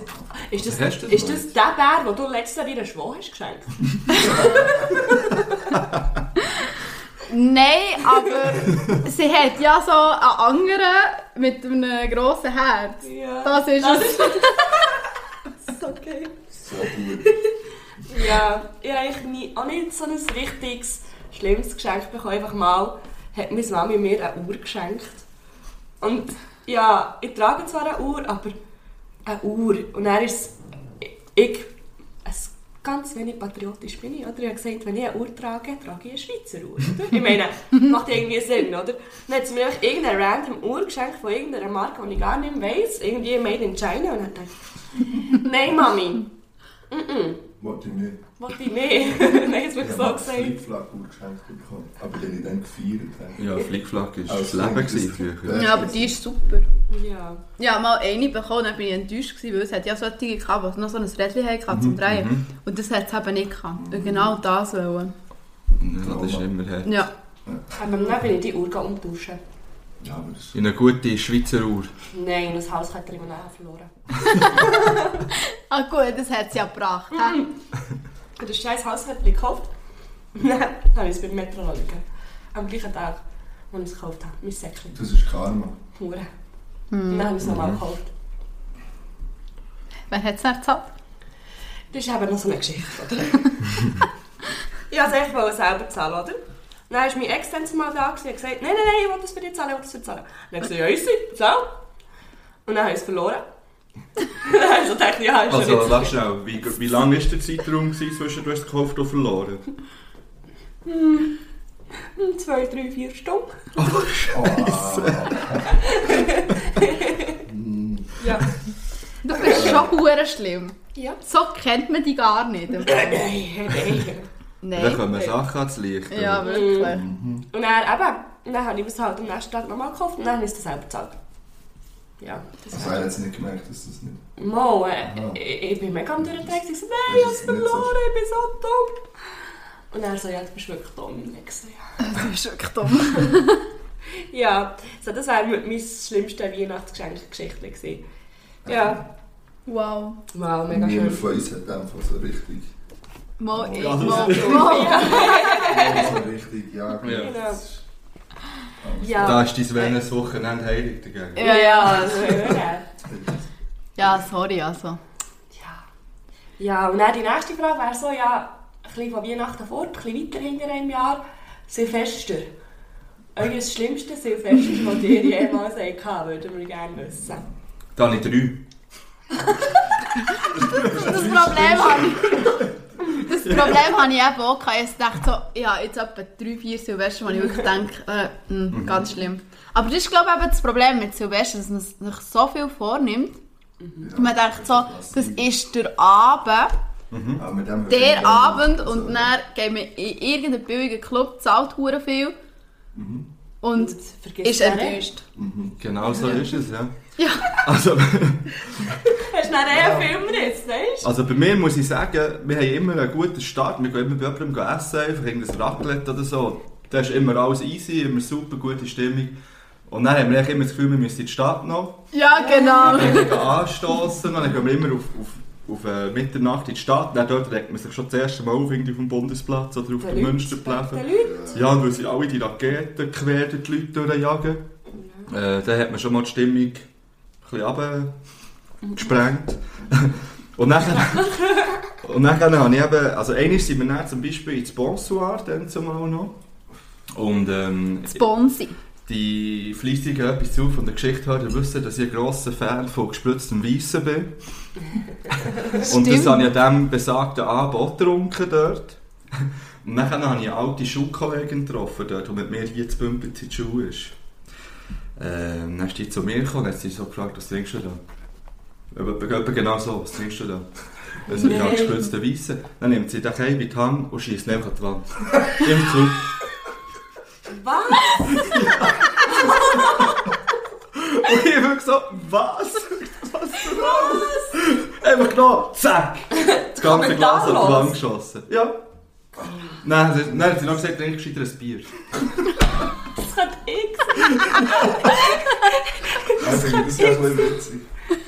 S2: ist das,
S4: Hast du das
S2: ist
S4: noch
S2: das der Bär, den du letztes Jahr deiner Schwau hast geschenkt?
S3: Nein, aber sie hat ja so einen anderen mit einem grossen Herz.
S2: Ja.
S3: Das ist es.
S2: ist okay.
S5: So gut.
S2: Ja, ich habe eigentlich nie, auch nicht so ein richtiges, schlimmes Geschenk bekommen. Einfach mal hat meine Mami mir eine Uhr geschenkt. Und ja, ich trage zwar eine Uhr, aber eine Uhr. Und er ist ich, ich ein ganz wenig patriotisch bin ich, oder? Ich habe gesagt, wenn ich eine Uhr trage, trage ich eine Schweizer Uhr, oder? Ich meine, macht irgendwie Sinn, oder? Dann hat sie mir einfach irgendeine random Uhr geschenkt von irgendeiner Marke, die ich gar nicht mehr weiss. Irgendwie made in China. Und dann dachte ich, nein, Mami.
S5: Wollte ich nicht.
S2: Was ich nicht. Nein, es
S5: Ich habe
S2: wird so
S5: mal eine
S2: gesagt.
S5: Flickflack-Uhr geschenkt bekommen. Aber den ich dann gefeiert habe.
S4: Ja, Flickflack ist
S5: Als
S4: Also, das Leben
S5: Kind
S4: gewesen
S5: ist-
S4: früher.
S3: Ja, aber die ist super.
S2: Ja.
S3: Ja, mal eine bekommen, dann bin ich enttäuscht gewesen, weil es hat ja solche gehabt, die noch so ein Rädchen hatten
S5: Mhm,
S3: zum Drehen. Und das hat es eben nicht gehabt. Und genau das wollen.
S4: Nein, Das ist immer her.
S3: Ja.
S2: Aber dann bin ich die Uhr gegangen umtauschen.
S5: Ja, aber das
S4: In eine gute Schweizer Uhr.
S2: Nein, das Haus hat er immer nachher verloren.
S3: Ah gut, das hat sie ja gebracht. hä?
S2: Ich habe das scheiß Haus gekauft. Dann habe ich es beim Metrologen. Am gleichen Tag, als ich es gekauft habe. Mein Säckchen.
S5: das ist Karma.
S2: Hure. Dann habe ich es nochmal gekauft.
S3: Wer hat es nicht gezahlt?
S2: Das ist eben noch so eine Geschichte, oder? also ich wollte es eigentlich selber zahlen, oder? Dann war mein Ex dann mal da gewesen und hat gesagt, nein, nein, nein, ich will das für dich zahlen, ich will das für dich zahlen. Dann habe ich gesagt, ja, ist sie, zahl. Und dann habe ich es verloren. dann habe ich so gedacht, ja, ist
S4: Also,
S2: also,
S4: warte schnell, wie, wie lange war der Zeitraum gewesen, zwischen du hast gekauft und verloren?
S2: jetzt Hm, zwei, drei, vier Stunden.
S5: Oh,
S2: Ja.
S3: Du bist schon hure schlimm.
S2: Ja.
S3: So kennt man die gar nicht.
S2: Nein, nein.
S4: Dann
S3: Nein.
S4: kommen Mhm. Sachen ans Licht.
S3: Ja, wirklich.
S2: Und dann eben, dann habe ich es halt am nächsten Tag nochmal gekauft und dann habe ich es selber gezahlt. Ja, das
S5: Das
S2: ist...
S5: habe ich jetzt nicht gemerkt, dass das nicht...
S2: Mo,
S5: Aha.
S2: äh, ich, ich bin mega am Durchdrehen. Ich so, nein, ich
S5: Ah.
S2: habe es
S5: ist nicht
S2: verloren,
S5: so
S2: ich bin so dumm. Und er so, ja, du bist wirklich dumm. Und ich so, ja.
S3: Das ist wirklich dumm.
S2: ja, so, das war mein mein schlimmste Weihnachtsgeschenkgeschichte. gewesen. Ja,
S3: Wow.
S2: wow, mega
S5: Niemand
S2: schön.
S5: von uns hat einfach so richtig...
S3: Mal ich,
S4: Ja, das
S3: mal
S4: ist-
S3: du.
S2: Oh,
S3: Mal-
S5: Ja, so richtig, ja. genau.
S4: Ja.
S5: gut, das ist-
S4: Da
S2: Ja,
S4: ist dein Wellness Wochenende heilig dagegen.
S3: Ja, ja. also-
S2: also, ja.
S3: Ja, sorry, also.
S2: Ja. Ja, und dann die nächste Frage wäre so, ja, ein bisschen von Weihnachten fort, ein bisschen weiter hinter einem Jahr, Silvester. Euer schlimmstes Silvester, das ihr jemals habt, würden wir gerne wissen.
S4: Da habe ich drei.
S3: Das Problem habe ich. Das Problem habe ich eben auch gehabt. Ich dachte so, ja, jetzt etwa drei, vier Silvester, wo ich wirklich denke, äh, mh, ganz schlimm. Aber das ist, glaube ich, eben das Problem mit Silvester, dass man sich so viel vornimmt. Und man denkt so, Mhm. das ist der Abend,
S2: Mhm.
S5: Aber mit dem-
S3: der Abend und
S5: Also,
S3: dann gehen wir in irgendeinen billigen Club, zahlt hure viel Mhm. und
S2: Vergiss
S3: ist
S2: nachher.
S3: enttäuscht.
S4: Genau so ist es, ja.
S3: Ja.
S4: Also,
S2: Hast du nachher einen Filmriss, weißt
S4: also bei mir muss ich sagen, wir haben immer einen guten Start. Wir gehen immer bei jemandem essen, einfach irgendein Raclette oder so. Da ist immer alles easy, immer super, gute Stimmung. Und dann haben wir eigentlich immer das Gefühl, wir müssen in die Stadt noch.
S3: Ja, genau.
S4: Dann gehen wir anstoßen, dann gehen wir immer auf, auf, auf äh, Mitternacht in die Stadt. Dann dort regt man sich schon das erste Mal auf, irgendwie auf dem Bundesplatz oder auf
S2: Der
S4: dem
S2: Leute.
S4: Münsterplatz.
S2: du? Den Leuten.
S4: Ja, weil sie alle die Raketen quer durch die Leute durchjagen. Äh, dann hat man schon mal die Stimmung ein bisschen gesprengt. und nachher... und nachher habe ich eben... Also einmal sind wir dann zum Beispiel ins Bonsoir, dann zumal noch. Und ähm,
S3: Sponsi.
S4: die Fleissigen etwas zu von der Geschichte hören, wissen, dass ich ein grosser Fan von gespritztem Weissen bin. Und das
S3: Stimmt.
S4: habe ich an diesem besagten Abend auch getrunken dort. Und dann habe ich eine alte Schulkollegin getroffen, dort, die mit mir hier zu Bümpel in die Schule ist. Ähm, dann ist die zu mir gekommen und hat sie so gefragt, was trinkst du da? Eben eben genau so, was trinkst du da? Also ich habe
S2: Nein.
S4: gespritzte Weissen. Dann nimmt sie den Kei in die Hand und schießt ihn einfach an die Wand. Im Zug.
S2: Was?
S4: Und ich wirklich so, was? Was für was? Einfach genau, zack! Das ganze Glas hat die
S2: kommentarlos.
S4: Wand geschossen. Ja. Nein, sie- nein, sie hat noch gesagt, trink gescheiter ein Bier.
S2: Das könnte ich
S5: Also, das ist ja ein bisschen witzig.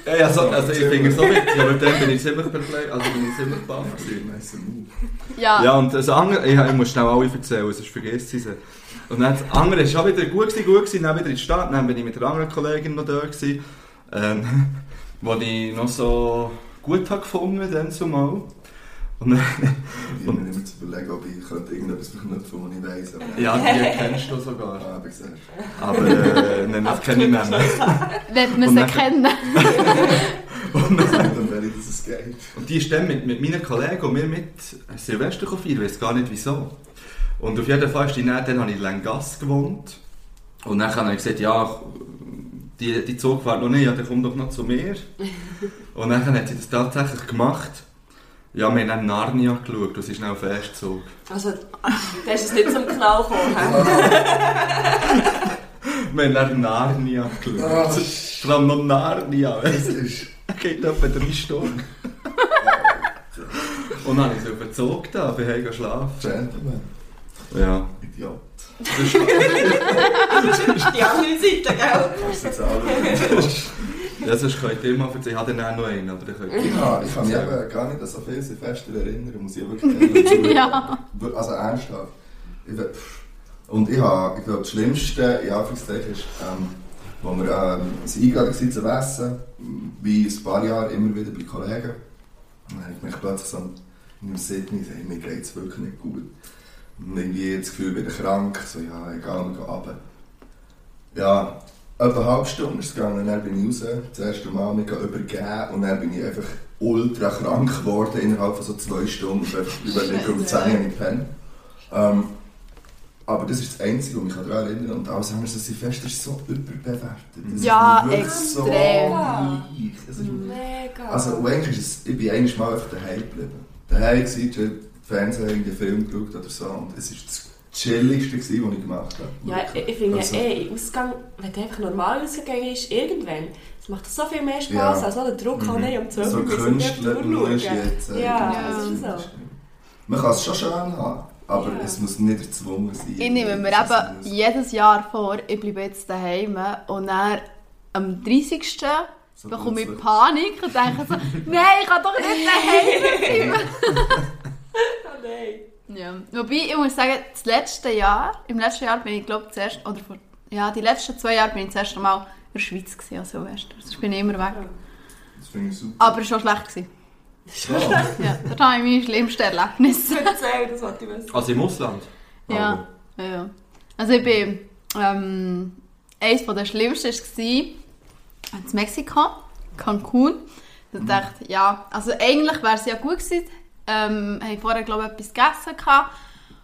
S4: Ja, ja, so, also ich finde es so witzig, aber dann bin ich ziemlich perplex, also bin ich ziemlich baff gewesen.
S5: Nice move.
S3: Ja.
S4: Ja, und das andere, ich, ich muss schnell alle erzählen, sonst vergisst sie sie. Und dann das andere ist auch wieder gut gewesen, gut gewesen, dann wieder in die Stadt, dann bin ich mit einer anderen Kollegin noch da gewesen, ähm, wo ich noch so gut habe gefunden, dann zumal. Und dann,
S5: Ich bin mir nicht mehr zu überlegen, ob ich könnte irgendetwas verknüpfen könnte, was ich weiss. Aber
S4: ja, die kennst du sogar.
S5: Ah, hab ich gesagt.
S4: Aber äh, nein, das kenne ich nicht mehr.
S3: Wird
S4: Und
S3: man sie
S4: dann-
S3: kennen.
S5: Ich weiß nicht, welche das es geht.
S4: Und die ist dann mit, mit meinen Kollegen und mir mit Silvester gekommen feiern, ich weiß gar nicht wieso. Und auf jeden Fall ist die dann, dann habe ich in Langasse gewohnt. Und dann habe ich gesagt, ja, die, die Zug fährt noch nicht, ja, dann komm doch noch zu mir. und dann hat sie das tatsächlich gemacht. Ja, wir haben dann Narnia geschaut, das ist dann auf den Erstzug.
S2: Also, das ist nicht zum Knall gekommen.
S4: Wir haben dann Narnia
S5: Ah,
S4: geschaut. Vor allem noch Narnia, weißt du?
S5: Das ist...
S4: geht etwa drei Stunden. Und dann habe ich es überzogen, da bin ich heim schlafen.
S5: Gentleman.
S4: Ja.
S5: Idiot.
S4: Das ist,
S2: Die andere Seite, gell?
S5: Das ist jetzt alles.
S4: ja, sonst könnt ihr mal erzählen. Ich habe dann auch noch einen, aber dann könnt ihr.
S5: Ja, ich kann mich eben gar nicht an so viele Silvester erinnern, muss ich wirklich sagen.
S3: Ja.
S5: Also ernsthaft. Ich we- und ich habe, ich glaube, das Schlimmste, in Anführungszeichen, ist, ähm, wo wir ähm, sind eingeladen waren zu essen, wie ein paar Jahre immer wieder bei Kollegen. Und dann habe ich mich plötzlich so in einem Sydney gesagt, mir geht es wirklich nicht gut. Und irgendwie das Gefühl, ich bin krank, so ja, egal, wir gehen runter. Ja, etwa eine halbe Stunde ist es gegangen und dann bin ich raus, das erste Mal mich übergeben und dann bin ich einfach ultra krank geworden innerhalb von so zwei Stunden. Ich habe einfach überlegt, um 10 Uhr habe ich gepennt. Ähm, aber das ist das Einzige, was mich daran erinnert. Und alles andere, das Silvester ist so überbewertet. Das
S3: Ja,
S5: ist wirklich so
S3: extrem.
S5: gleich. Es ist
S2: Mega.
S5: also, und eigentlich ist es, ich bin eigentlich mal einfach daheim geblieben. Daheim gewesen, chill, Fernsehen, irgendeinen Film geschaut oder so. Und es war das Chilligste, gewesen, was ich gemacht habe.
S2: Ja, ich, ich finde ja eh, im Ausgang, wenn du einfach normal rausgegangen ist, irgendwann, das macht das so viel mehr Spaß,
S5: Ja.
S2: als auch der Druck, mhm. hey, um 12
S5: So
S2: Uhr müssen wir
S5: Künstler,
S2: auf die
S5: nur
S2: Uhr
S5: ist
S2: schauen.
S5: jetzt. äh,
S2: Ja,
S3: Ja. also.
S2: das ist so.
S5: Man kann es schon schön haben, aber
S2: Ja.
S5: es muss nicht erzwungen sein.
S3: Ich nehme mir
S5: Es
S3: eben
S5: muss-
S3: jedes Jahr vor, ich bleibe jetzt daheim und dann am 30.
S5: So
S3: bekomme ich
S5: plötzlich.
S3: Panik und denke so, nein, ich kann doch nicht daheim
S2: Oh nein.
S3: Ja. Wobei, ich muss sagen, das letzte Jahr, im letzten Jahr bin ich, glaube ich, zuerst, oder vor, ja, die letzten zwei Jahre bin ich zuerst Mal in der Schweiz gewesen, an Silvester. Sonst bin ich immer weg.
S5: Das finde ich super.
S3: Aber es war schon schlecht. Gewesen.
S4: Ah.
S5: Ja.
S3: Ja, dort habe ich meine schlimmsten Erlebnisse.
S2: Erzähl, das wollte ich wissen.
S4: Also im Ausland?
S3: Ja, ja, ja. Also ich bin, ähm, eines der schlimmsten war in Mexiko, Cancun. Da dachte ich, ja, also eigentlich wäre es ja gut gewesen. Ähm, habe ich vorher, glaube ich, etwas gegessen. Gehabt.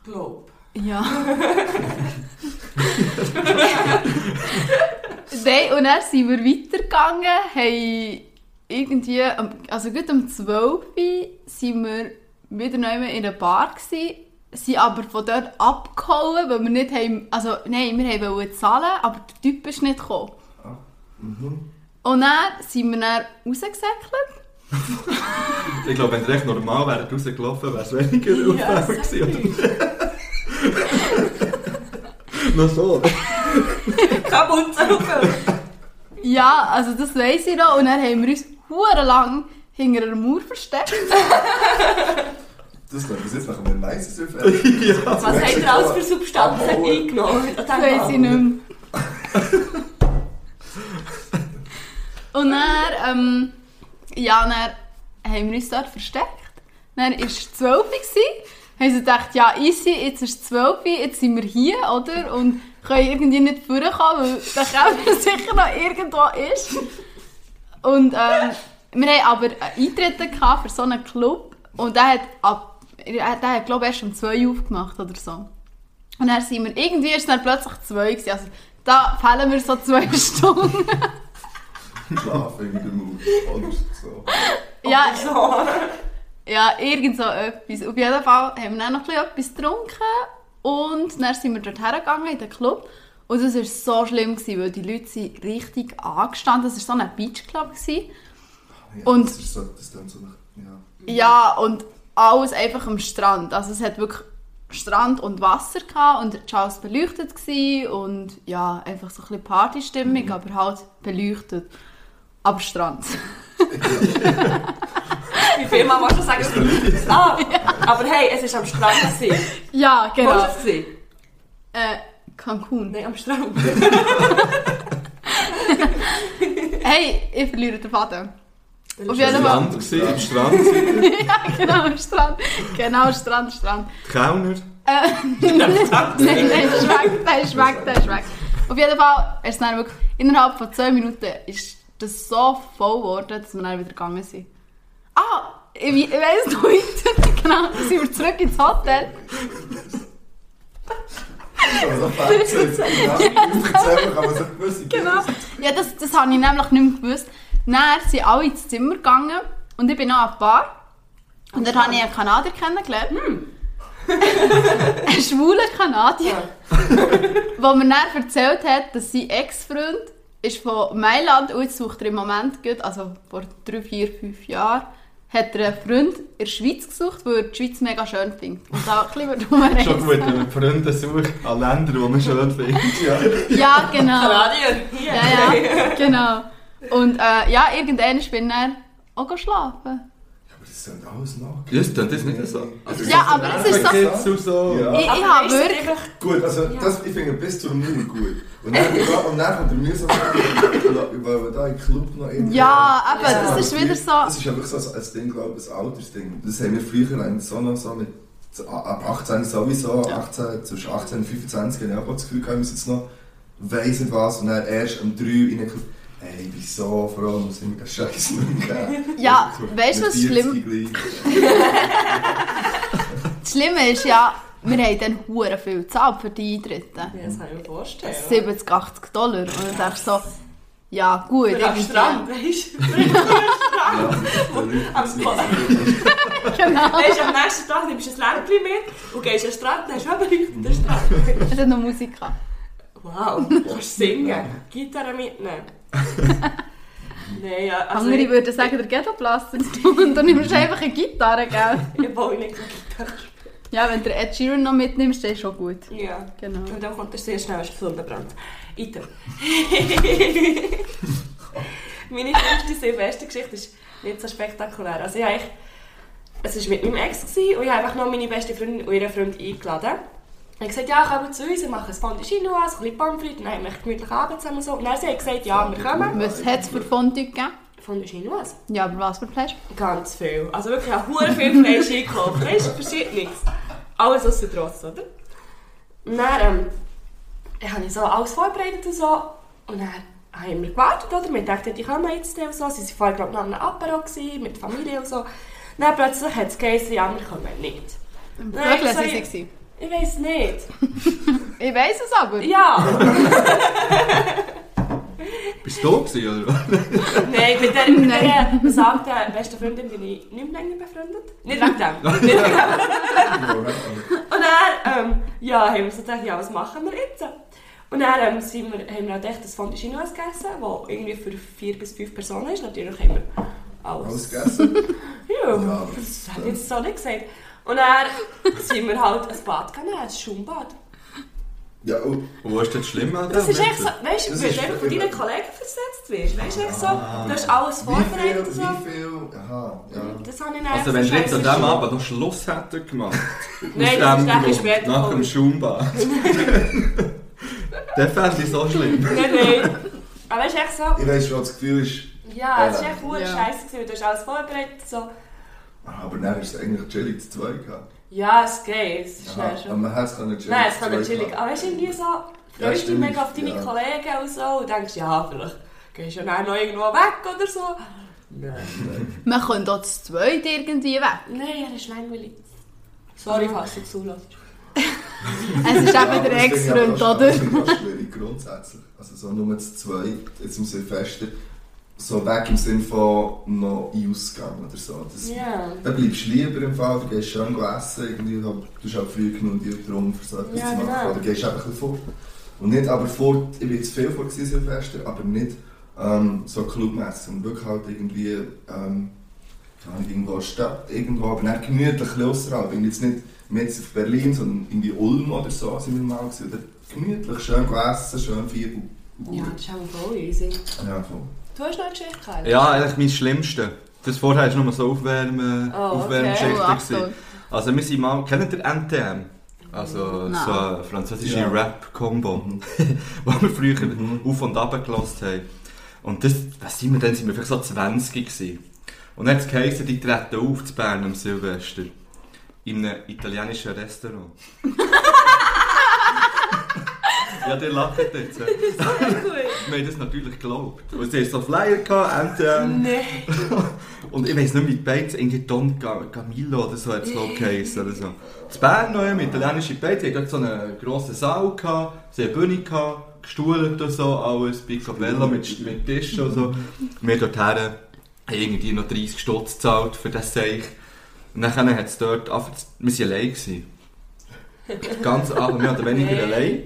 S2: Glaub.
S3: Ja. Nein, und dann sind wir weitergegangen, haben irgendwie, am- also gut um 12 Uhr sind wir wieder neu in einer Bar gewesen, sind aber von dort abgehauen, weil wir nicht haben, also nein, wir wollten zahlen, aber der Typ ist nicht gekommen.
S5: Mhm.
S3: Und dann sind wir dann rausgesäckelt.
S4: Also, Ich glaube, wenn ihr recht normal wärt rausgelaufen, wäre es weniger
S2: Ja,
S4: auffällig
S2: sag
S4: gewesen.
S2: ich.
S4: Noch so.
S2: Kein Mund auf.
S3: Ja, also das weiss ich noch. Und dann haben wir uns hure lang hinter einer Mauer versteckt.
S5: Das klingt bis jetzt nach einem nice Silvester.
S4: ja.
S2: Was habt ihr alles für Substanzen
S5: Abhauen.
S2: eingenommen? Ich
S3: Das weiss
S2: dachte,
S3: ich nicht mehr. Und dann, ähm, Oh, ja, dann haben wir uns dort versteckt. Dann war es 12 Uhr. gewesen. Haben sie gedacht, ja, easy, jetzt ist es 12 Uhr, jetzt sind wir hier, oder? Und können irgendwie nicht vorkommen, weil der Keller sicher noch irgendwo ist. Und ähm, wir haben aber Eintritte gehabt für so einen Club. Und der hat, ab, er hat- der hat glaube ich, erst um 2 Uhr aufgemacht oder so. Und dann sind wir, irgendwie ist es dann plötzlich zwei gewesen. Also da fehlen wir so zwei Stunden.
S5: Schlaf in der Mut. Oder so.
S3: ja,
S2: So.
S3: ja, irgend so etwas. Auf jeden Fall haben wir dann noch ein bisschen etwas getrunken. Und dann sind wir dort hergegangen in den Club. Und es war so schlimm, gewesen, weil die Leute sind richtig angestanden. Es war so ein Beachclub. Gewesen.
S5: Ja,
S3: Und-
S5: Das ist so, das klingt so nach... Ja.
S3: Ja, und alles einfach am Strand. Also es hat wirklich Strand und Wasser gehabt und der Charles beleuchtet gsi und ja, einfach so ein bisschen Partystimmung, aber halt beleuchtet. Aber Strand.
S2: Wie viel Mal musst du sagen, dass du ah, Aber hey, es war am Strand. gewesen.
S3: ja,
S2: Wo
S3: genau.
S2: war es? gewesen?
S3: Äh, Cancun.
S2: Nein, am Strand.
S3: Hey, ich verliere den Faden. Auf
S4: Ist
S3: jeden
S4: am
S3: Fall.
S4: Land gewesen, am Strand.
S3: Genau, Strand. Genau, Strand, Strand.
S4: Die Kellner.
S3: Nein, nein, ist weg, nein, ist weg, nein, ist weg. Auf jeden Fall ist es dann wirklich, innerhalb von zwei Minuten ist das so voll geworden, dass wir dann wieder gegangen sind. Ah, ich, we- ich weiss noch heute, genau, dann sind wir zurück ins Hotel.
S5: Also, Fernsehen. Ja, Aufzählen kann man so gewisse
S3: Genau. Ja, das, das habe ich nämlich nicht mehr gewusst. Dann sind alle ins Zimmer gegangen und ich bin noch an die Bar. Und dort habe ich einen Kanadier kennengelernt. einen schwulen Kanadier. wo mir dann erzählt hat, dass sein Ex-Freund ist von Mailand und jetzt sucht er im Moment, gut, also vor drei, vier, fünf Jahren, hat er einen Freund in der Schweiz gesucht, weil er die Schweiz mega schön findet. Und da ein bisschen
S4: Schon
S3: rumreisen.
S4: gut, wenn man Freunde sucht an Länder, die man schön findet.
S5: Ja.
S3: Ja, genau.
S2: Kanadier. Hier.
S3: Ja, ja, genau. Und äh, ja, irgendwann bin ich dann auch schlafen.
S5: Aber das sind alles noch.
S4: Ja, das klingt jetzt nicht so.
S5: Also,
S3: Ja, aber es ist so-
S4: Kids und so.
S5: Ja.
S3: Ich, ich
S2: Ah,
S3: habe wirklich...
S5: Gut, also
S2: Ja.
S5: das, ich finde bis zur Mauer gut. Und dann, und dann kommt der mühsam über über da im Club noch irgendwie.
S3: Ja, eben,
S2: Ja.
S3: das ist wieder
S5: Das
S3: so...
S5: ist einfach so ein Ding, glaube ich, ein Altersding. Das haben wir früher eigentlich so noch so mit ab 18 sowieso, 18, zwischen 18 und 25 habe ich auch das Gefühl gehabt, wir müssen jetzt noch weiss nicht was und dann erst um 3 in den Club. Ey, wieso? Vor allem muss ich mir den Scheiß nicht geben.
S3: Ja, weißt du, was schlimm... Das Schlimme ist ja, wir haben dann hure viel gezahlt für die Eintritte.
S2: Ja, das kann ich mir vorstellen.
S3: 70, 80 Dollar. Und dann denkst du so, ja gut,
S2: Für am
S3: irgendwie-
S2: Strand, weißt du? Am Strand.
S3: Genau.
S2: Weißt du, am nächsten Tag nimmst du ein Lämpchen mit und gehst am Strand, dann hast du eben den Strand.
S3: Es hat noch Musik gehabt.
S2: Wow, du kannst singen, Gitarre mitnehmen. Nein, ja, also
S3: Andere
S2: ich,
S3: würden sagen, der Ghetto-Blaster und dann nimmst du einfach eine Gitarre, gell?
S2: ich will nicht Gitarre spielen.
S3: Ja, wenn du Ed Sheeran noch mitnimmst, dann ist schon gut.
S2: Ja.
S3: Genau.
S2: Und dann kommt er sehr schnell als Sonnenbrand. Item. Meine fünfte Silvestergeschichte ist nicht so spektakulär. Also ich habe eigentlich- es war mit meinem Ex gewesen und ich habe einfach noch meine nou, beste Freundin und ihren Freund eingeladen. Er hat gesagt, ja, kommen zu uns, wir machen ein Fondue an, ein bisschen Pommes frites, dann haben wir einen gemütlichen Abend zusammen. und So. Und dann hat sie gesagt, ja, wir kommen.
S3: Was hat es für Fondue gegeben?
S2: Fondue Chinoise.
S3: Ja, aber was für Fleisch?
S2: Ganz viel. Also wirklich auch hure viel Fleisch eingekauft. Fleisch verschiedenes. Alles aus der Trost, oder? Und dann ähm, dann habe ich so alles vorbereitet und so. Und dann haben wir gewartet, oder? Wir dachten, die kommen jetzt dann und so. Sie waren vorher, glaube ich, noch an einem Apero gewesen, mit Familie und so. Und dann plötzlich hat es geheißen, ja, wir kommen nicht.
S3: Wirklich,
S2: so-
S3: sie sie.
S2: Ich weiß nicht.
S3: Ich weiss es aber.
S2: Ja,
S4: Bist du da gewesen, oder?
S2: nein, mit der, mit der
S3: Nein.
S2: besagten besten Freundin bin ich nicht mehr länger befreundet. Nicht wegen dem. Nicht wegen dem. Und dann, ähm, ja, haben wir so gedacht, ja, was machen wir jetzt? Und dann ähm, sind wir, haben wir auch gedacht, das Fondue Chinoise gegessen, das irgendwie für vier bis fünf Personen ist. Natürlich haben wir
S5: Alles
S2: alles.
S5: gegessen?
S2: Ja,
S5: Ja,
S2: das hätte ich jetzt so nicht gesagt. Und dann sind wir halt ein Bad gegangen, ein Schaumbad.
S5: Ja, und
S4: Und wo ist das schlimm an
S2: Das
S4: dem
S2: ist echt so,
S4: Wetter?
S2: weißt du,
S5: Das
S2: wenn
S5: ist-
S2: du einfach von deinen Kollegen versetzt wirst, weißt du, echt so,
S4: Ah.
S2: du hast alles
S5: wie
S2: vorbereitet
S5: viel,
S2: und so.
S5: wie viel, aha, ja.
S2: Das habe ich dann
S4: Also
S2: einfach
S4: wenn ihr jetzt an
S2: scheisse
S4: diesem
S2: Schuhe.
S4: Abend noch Schluss hättet gemacht,
S2: Nein,
S4: aus
S2: das ist
S4: dem
S2: ein bisschen
S4: Grund,
S2: später
S4: nach dem
S2: gekommen.
S4: Schaumbad, dann fände ich so schlimm.
S2: Nein, nein. Aber es ist echt so,
S5: Ich weiss schon, das Gefühl ist,
S2: ja, es ist echt
S3: Ja.
S2: ja. scheiße gewesen, du hast alles vorbereitet, so.
S5: ah, aber dann ist es eigentlich chillig zu zweit gehabt.
S2: Ja, es geht. Es ist
S5: Aha,
S2: schnell
S5: aber
S2: schon.
S5: man hat es können chillig
S2: Nein, es
S5: zu
S2: kann
S5: zweit
S2: natürlich.
S5: haben.
S2: Aber weißt du, irgendwie so,
S5: Ja,
S2: freust dich
S5: stimmt,
S2: mega auf deine
S5: ja.
S2: Kollegen und so und denkst, ja, vielleicht gehst du ja dann noch irgendwo weg oder so. Nein.
S3: Man könnte auch zu zweit irgendwie weg.
S2: Nein, er ist langweilig. Sorry, falls du zulässt.
S3: Es ist
S5: Ja, das
S3: eben der
S5: finde ich aber
S3: Ex-Freund,
S5: auch-
S3: oder?
S5: Das finde ich auch schwierig grundsätzlich. Also so nur zu zweit, jetzt im Silvester, so weg im Sinne von noch in Ausgang oder so. Das,
S2: Ja.
S5: Dann bleibst du lieber im Fall, du gehst schön essen, irgendwie, aber du bist auch früh genug dir drum, für so etwas
S2: Ja,
S5: zu machen.
S2: genau.
S5: Oder gehst einfach ein bisschen fort. Und nicht aber fort, ich bin jetzt viel vor gewesen, Silvester, aber nicht ähm, so clubmässig. Und wirklich halt irgendwie, ähm, keine Ahnung, irgendwo in der Stadt, irgendwo, aber nicht gemütlich ein bisschen ausserhalb. Irgendwie jetzt nicht wir jetzt auf Berlin, sondern irgendwie Ulm oder so sind wir mal gewesen. Und dort gemütlich, schön essen, schön viel.
S2: Ja, das ist auch voll easy.
S5: ja voll.
S2: Du hast noch eine Geschichte gehabt?
S4: Ja, eigentlich mein Schlimmste. Das vorher war nur so Aufwärm,
S2: Oh, okay.
S4: Aufwärmgeschichte.
S3: Oh, Achtung.
S4: gewesen. Also wir sind mal, kennt ihr NTM? Also
S3: Nein.
S4: so eine französische
S5: Ja.
S4: Rap-Kombo, die wir früher auf und ab gelost haben. Und das, was sind wir denn, sind wir vielleicht so 20 gewesen. Und dann hat es geheißen, die treten auf zu Bern am Silvester. In einem italienischen Restaurant. ja, der lacht jetzt. hä?
S2: Gut.
S4: Wir haben das natürlich geglaubt. Und sie hatten so Flyer, gehabt, NTM.
S2: Nein.
S4: Und ich weiß nicht, wie die Beiz, irgendwie Don Ga- Camillo oder so hat es glaube ich geheissen oder so. In Bern noch, im italienischen Beiz, die hatten dort so einen grossen Saal, gehabt, sie hatten eine Bühne, gehabt, gestuhlt und so, alles, Picobello mit, mit Tischen und so. Wir dort her, haben irgendwie noch 30 Stutz gezahlt für das Seich. Und dann hat es dort, angefangen zu- wir waren allein. Gewesen. Ganz Abend, mehr oder weniger
S2: Nee.
S4: allein.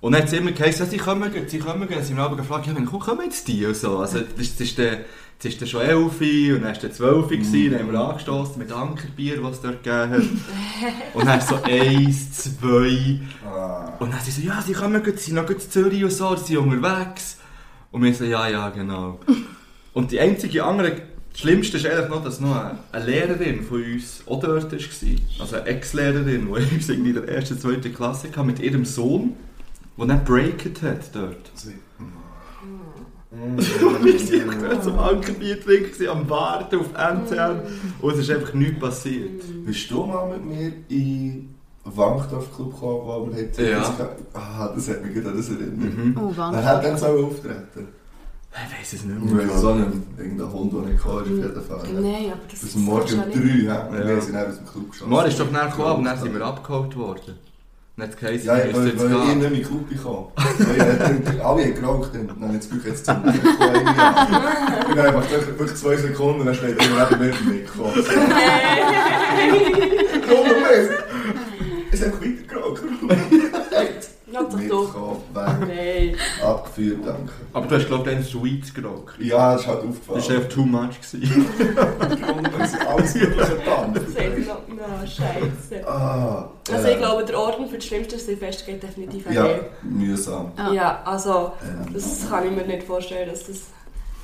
S4: Und dann hat es immer geheißen, ja, sie kommen gleich, sie kommen gleich. Dann sind wir abends gefragt, ja, wann komm- kommen jetzt die und so. Also, das, das ist dann, jetzt ist dann schon 11 Uhr und dann ist dann 12 Uhr gewesen, dann haben wir angestoßen mit Ankerbier, was es dort gegeben hat. Und dann so eins, zwei.
S5: Ah.
S4: Und dann sie so, ja, sie kommen gleich, sie sind noch gleich in Zürich und so, sie sind unterwegs. Und wir so, ja, ja, genau. Und die einzige andere Das Schlimmste ist eigentlich noch, dass noch eine- eine Lehrerin von uns auch dort war. Also eine Ex-Lehrerin, die uns irgendwie in der ersten, zweiten Klasse hatte, mit ihrem Sohn, der dann breaket hat dort.
S2: Hm.
S4: Und wir waren gerade zum Ankerbier trinken, am Warten auf NCL Mhm. und es ist einfach nichts passiert.
S5: Bist du mal mit mir in den Wankdorf-Club gekommen, wo wir heute
S4: Ja.
S5: Ah, das hat mich gerade an das erinnert.
S4: Mhm.
S3: Oh,
S5: Wer
S3: Wahnsinn.
S5: hat denn so auftreten?
S4: Ich weiß es nicht mehr.
S5: Weil so ein irgendein Hund, der nicht kam, ist auf jeden Fall. ne?
S2: Nein, aber das
S5: Bis morgen um
S2: kannst du
S5: 3
S2: ja nicht.
S5: Uhr, ja.
S4: Ja.
S5: wir sind dann aus dem Club geschossen.
S4: Mor ist doch näher gekommen, aber dann sind wir abgeholt worden. Dann hat es geheißen,
S5: Ja,
S4: wir
S5: weil,
S4: müssen
S5: weil
S4: jetzt
S5: ich nicht
S4: gehen.
S5: mehr in den Club bekommen habe. Alle haben geraucht, dann haben jetzt Glück jetzt zum Glück einen gehabt. Und dann einfach gleich- wirklich zwei Sekunden und dann steht immer neben mir im Mikrofon. Rumgemessen. Es hat weiter geraucht.
S2: Ja, doch, doch.
S5: Mikrofon, weg.
S2: Nein.
S5: Abgeführt, danke.
S4: Aber du hast, glaube ich, dann Sweet gerockt.
S5: Ja, das ist halt
S4: Das
S5: aufgefallen.
S4: war einfach too much. gewesen.
S5: Das ist alles mögliche
S2: Das ist noch, na, scheiße.
S5: Ah,
S2: Also
S5: äh,
S2: ich glaube, der Orden für das Schlimmste Silvester geht definitiv an
S5: Ja,
S2: dir.
S5: mühsam.
S3: Ja.
S2: Ja, also
S5: Äh,
S2: das kann ich mir nicht vorstellen, dass das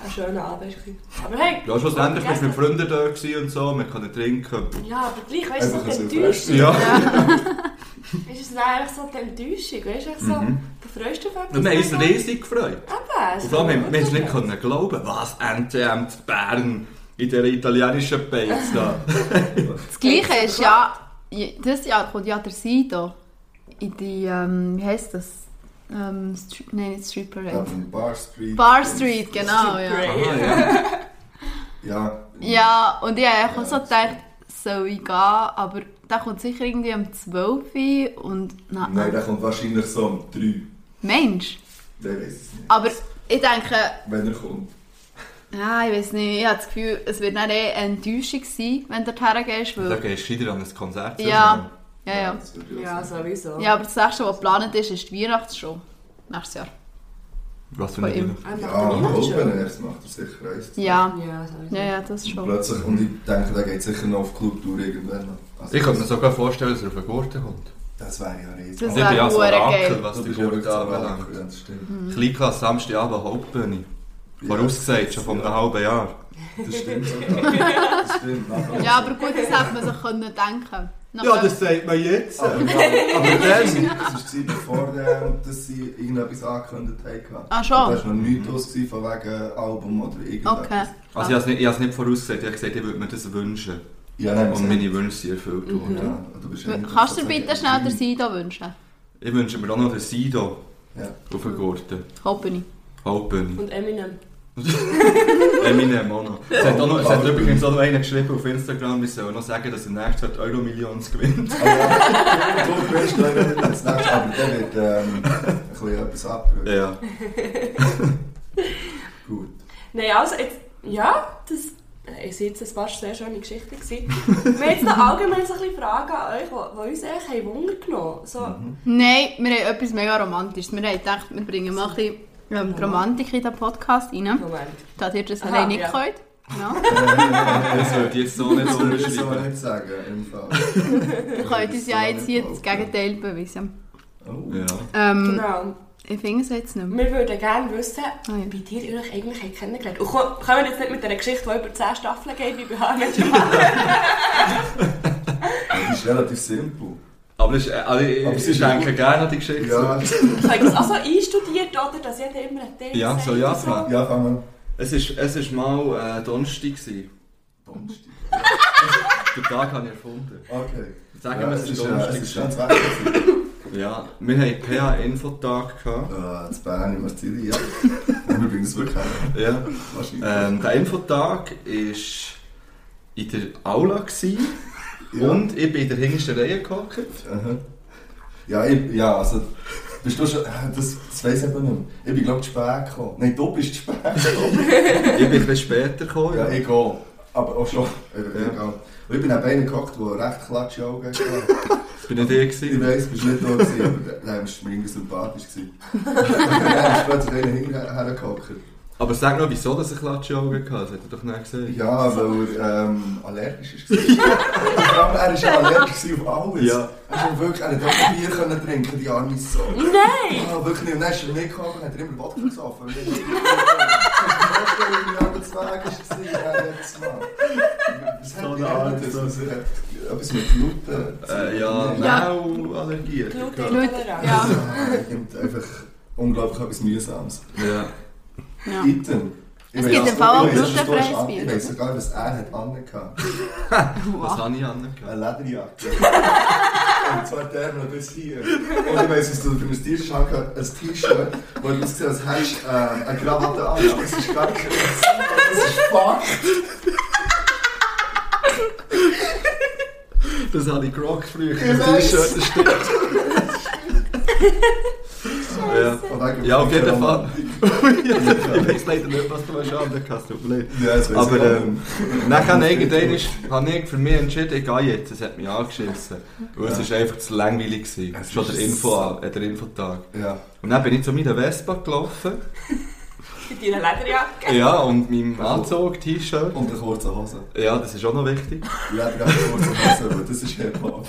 S2: ein schöner Abend war. Aber hey,
S4: Ja, schlussendlich waren wir mit Freunden da gewesen und so, wir können trinken.
S2: ja, aber gleich, weißt du,
S5: Einfach
S2: so
S5: ein
S2: die Enttäuschung.
S5: Ja.
S2: Ist es dann eigentlich so die Enttäuschung, weißt du, echt so,
S4: Mhm.
S2: du freust dich auf etwas.
S4: Und wir haben uns
S2: aber-
S4: riesig gefreut.
S2: Eben,
S4: Und vor allem, haben wir haben es nicht
S2: wirklich-
S4: können glauben, was NTM zu Bern in dieser italienischen Beiz da.
S3: Das Gleiche ist ja, je- dieses Jahr kommt ja der Sido in die, ähm, wie heisst das? Ähm, Stri- Nein, nicht Street
S5: Ja,
S3: Parade.
S5: von Bar Street.
S3: Bar Street, genau, ja.
S4: Aha, Ah, ja.
S5: Ja.
S3: Ja, und ich habe auch so gedacht, soll ich gehen, aber der kommt sicher irgendwie um 12 Uhr und... Na,
S5: Nein, der kommt wahrscheinlich so um 3.
S3: Mensch,
S5: Der weiß es nicht.
S3: aber ich denke,
S5: Wenn er kommt.
S3: ja, ich weiß nicht, ich habe das Gefühl, es wird dann eh eine Enttäuschung sein, wenn du dorthin gehst,
S4: Da
S3: weil...
S4: gehst du wieder an ein Konzert.
S3: Ja, ja, ja.
S5: das würde ich auch
S2: Ja,
S5: sagen.
S2: sowieso.
S3: Ja, aber das nächste, was geplant ist, ist die Weihnachtsshow. Nächstes Jahr.
S4: Was für
S3: Von
S4: eine
S3: ihm.
S4: Bühne.
S2: Einfach
S5: Ja,
S2: der Weihnachtsshow.
S5: Open Airs macht er sicher eins.
S3: Ja,
S2: Ja, sowieso.
S3: ja, ja, das schon.
S5: Plötzlich, und ich denke, der geht sicher noch auf die Clubtour irgendwann noch. Also,
S4: Ich könnte mir sogar vorstellen, dass er auf eine Gurte kommt.
S5: Das wäre ja riesig.
S3: Das
S4: Und ich bin ja so ein
S3: wäre
S4: Orakel,
S3: geil. Mhm.
S4: was die
S5: bist ja wirklich
S4: Gurte anbelangt.
S5: so das
S3: Hm.
S5: stimmt.
S4: Kleinklasse Samstagabend Hauptbühne. Vorausgesagt, schon vor einem halben Jahr.
S5: Das stimmt. sogar. Das stimmt. nachher-
S3: Ja, aber gut, das hätte man sich können denken
S4: Ja, das sagt man jetzt.
S5: Aber
S4: Aber
S5: ja,
S4: dann...
S5: das war bevor der, dass sie irgendetwas angekündigt haben.
S3: Ah,
S5: Da
S3: schon?
S5: war noch nichts aus, gewesen, von wegen Album oder irgendetwas.
S3: Okay.
S4: Also ich habe es nicht, ich habe es nicht vorausgesagt, ich habe gesagt, ich würde mir das wünschen.
S5: Ja, nein,
S4: Und meine Wünsche sind erfüllt worden.
S5: Ja, du bist eigentlich
S3: Kannst du dir
S5: sozusagen
S3: bitte schnell
S5: ein
S3: den Sido wünschen?
S4: Ich wünsche mir auch noch den Sido
S5: Ja.
S4: auf der Gurte.
S3: Company.
S4: Hauptbühne.
S2: Und Eminem.
S4: Eminem auch noch. Es hat, auch noch, es hat übrigens auch noch einer geschrieben auf Instagram, wir sollen noch sagen, dass er nächstes Jahr die Euro-Millions gewinnt.
S5: Ah, ja. Du bist noch nicht das nächste, aber der wird ähm, ein bisschen etwas abgerückt.
S4: Ja.
S5: Gut.
S2: Nein, also jetzt, ja, das ich sehe jetzt, es war sehr schöne Geschichte. gewesen. Wir haben jetzt noch allgemein so ein bisschen Fragen an euch, die die uns echt haben Wunder genommen so,
S5: Mhm.
S3: Nein, wir haben etwas mega Romantisches. Wir haben gedacht, wir bringen mal ein bisschen ähm, die Romantik in den Podcast rein.
S2: Moment.
S3: Da ihr das
S2: Aha,
S3: allein nicht
S2: ja.
S3: könnt. Ja.
S4: Das würde ich jetzt so nicht
S5: Das würde ich so
S4: unterschreiben.
S5: nicht sagen, im Fall.
S3: Ihr könnt uns ja jetzt hier das Gegenteil beweisen.
S5: Oh.
S4: Ja.
S3: Ähm,
S2: Genau.
S3: ich finde es jetzt nicht mehr.
S2: Wir würden gerne wissen,
S3: Ah, ja.
S2: wie ihr euch eigentlich habt kennengelernt habt. Und ko- kommen wir jetzt nicht mit einer Geschichte, die über 10 Staffeln geht, wie bei HMS.
S5: Das ist relativ simpel.
S4: Aber es ist, also ich,
S5: Aber es
S4: ich
S5: ist
S4: schenke gerne an die Geschichte.
S5: Ja,
S2: Ich habe das auch so einstudiert, oder? Dass jeder immer einen Teil
S4: Ja,
S2: sagt
S4: soll ich
S2: und so.
S4: anfangen?
S5: ja fangen
S4: Es ist, es ist mal äh, Donnerstag. gewesen.
S5: wir. Donnerstag.
S4: Den Tag habe ich erfunden.
S5: Okay.
S4: Sagen
S5: Ja,
S4: wir, es ist
S5: äh, es ist schon
S4: Donnerstag.
S5: das Wetter.
S4: Ja, wir hatten PA-Infotag. gehabt.
S5: Äh, Das Bern, Marzili, ja. Und wir bringen es wirklich her.
S4: Ja.
S5: Wahrscheinlich.
S4: Ähm, der Infotag war in der Aula gewesen,
S5: Ja.
S4: und ich bin in der hintersten Reihe gehockt.
S5: Aha. Ja, ich, ja, also, bist du schon, ah, das, das weiss ich aber nicht mehr. Ich bin, glaube ich, zu spät gekommen. Nein, du bist zu spät gekommen.
S4: Ich bin ein bisschen später gekommen.
S5: ja,
S4: Ja.
S5: ich gehe. Aber auch schon. Eben,
S4: Ja.
S5: egal. Und ich bin neben einem gehockt, der recht klatsche Augen hatte.
S4: Ich bin nicht ich.
S5: Ich
S4: Gewesen.
S5: weiss, bist nicht da gewesen, aber der- der war mir irgendwie sympathisch. gewesen. Dann ist plötzlich einer hinterhergehockt.
S4: Aber sag noch, wieso dass ich Klatschaugen hatte. Das hat er doch nicht gesagt.
S5: Ja, weil er ähm, allergisch war. Vor allem, er war ja allergisch auf alles.
S4: Ja.
S5: Er konnte Also, wirklich er hat auch Bier können trinken, die arme Sau. Ah,
S2: Nein!
S5: Ja, wirklich nicht. Und dann ist er mitgekommen und hat er immer Wodka gesoffen. vorstellen, wie lange das Weg ist, gewesen, er hat es gemacht. Das
S4: So
S5: hat
S4: eine Art,
S5: jemand, dass man sich hat- etwas mit Gluten...
S4: Äh, ja,
S3: Ja.
S4: Mauallergie.
S2: Glutenintoleranz.
S3: Ja.
S5: Und einfach unglaublich etwas Mühsames.
S4: Ja.
S3: Ja.
S5: Item.
S3: Es gibt im Fall auch glutenfreies Bier.
S5: Ich weiß sogar, was er hat angehabt.
S4: Was
S3: Wow.
S4: habe ich angehabt?
S5: Eine Lederjacke. Und zwar der, der das hier. Und ich weiss, was du für ein T-Shirt hast. Ein T-Shirt, wo du aussieht, als hättest du äh, eine Krawatte an. Aber das ist gar nicht Das ist Fakt.
S4: Das habe ich gerockt früher.
S5: Ich
S4: Das T-Shirt, das stimmt. ja.
S5: Von wegen
S4: ja, auf jeden
S5: Corona.
S4: Fall. ich weiß leider nicht, was du angehabt hast. Tut mir leid.
S5: Ja, das weiss
S4: Aber
S5: ich auch
S4: ähm,
S5: nicht.
S4: dann irgendwann ist, habe ich für mich entschieden, ich gehe jetzt. Es hat mich angeschissen. Weil es war einfach zu langweilig. Gewesen.
S5: Es
S4: Schon
S5: ist
S4: der, Info, äh, der Infotag.
S5: Ja.
S4: Und dann bin ich zu meiner Vespa gelaufen.
S2: Mit deiner Lederjacke.
S4: Ja, und meinem Anzug, T-Shirt.
S5: Und eine kurze Hose.
S4: Ja, das ist auch noch wichtig.
S5: Die Lederjacke eine kurze Hose, weil das ist Hip-Hop.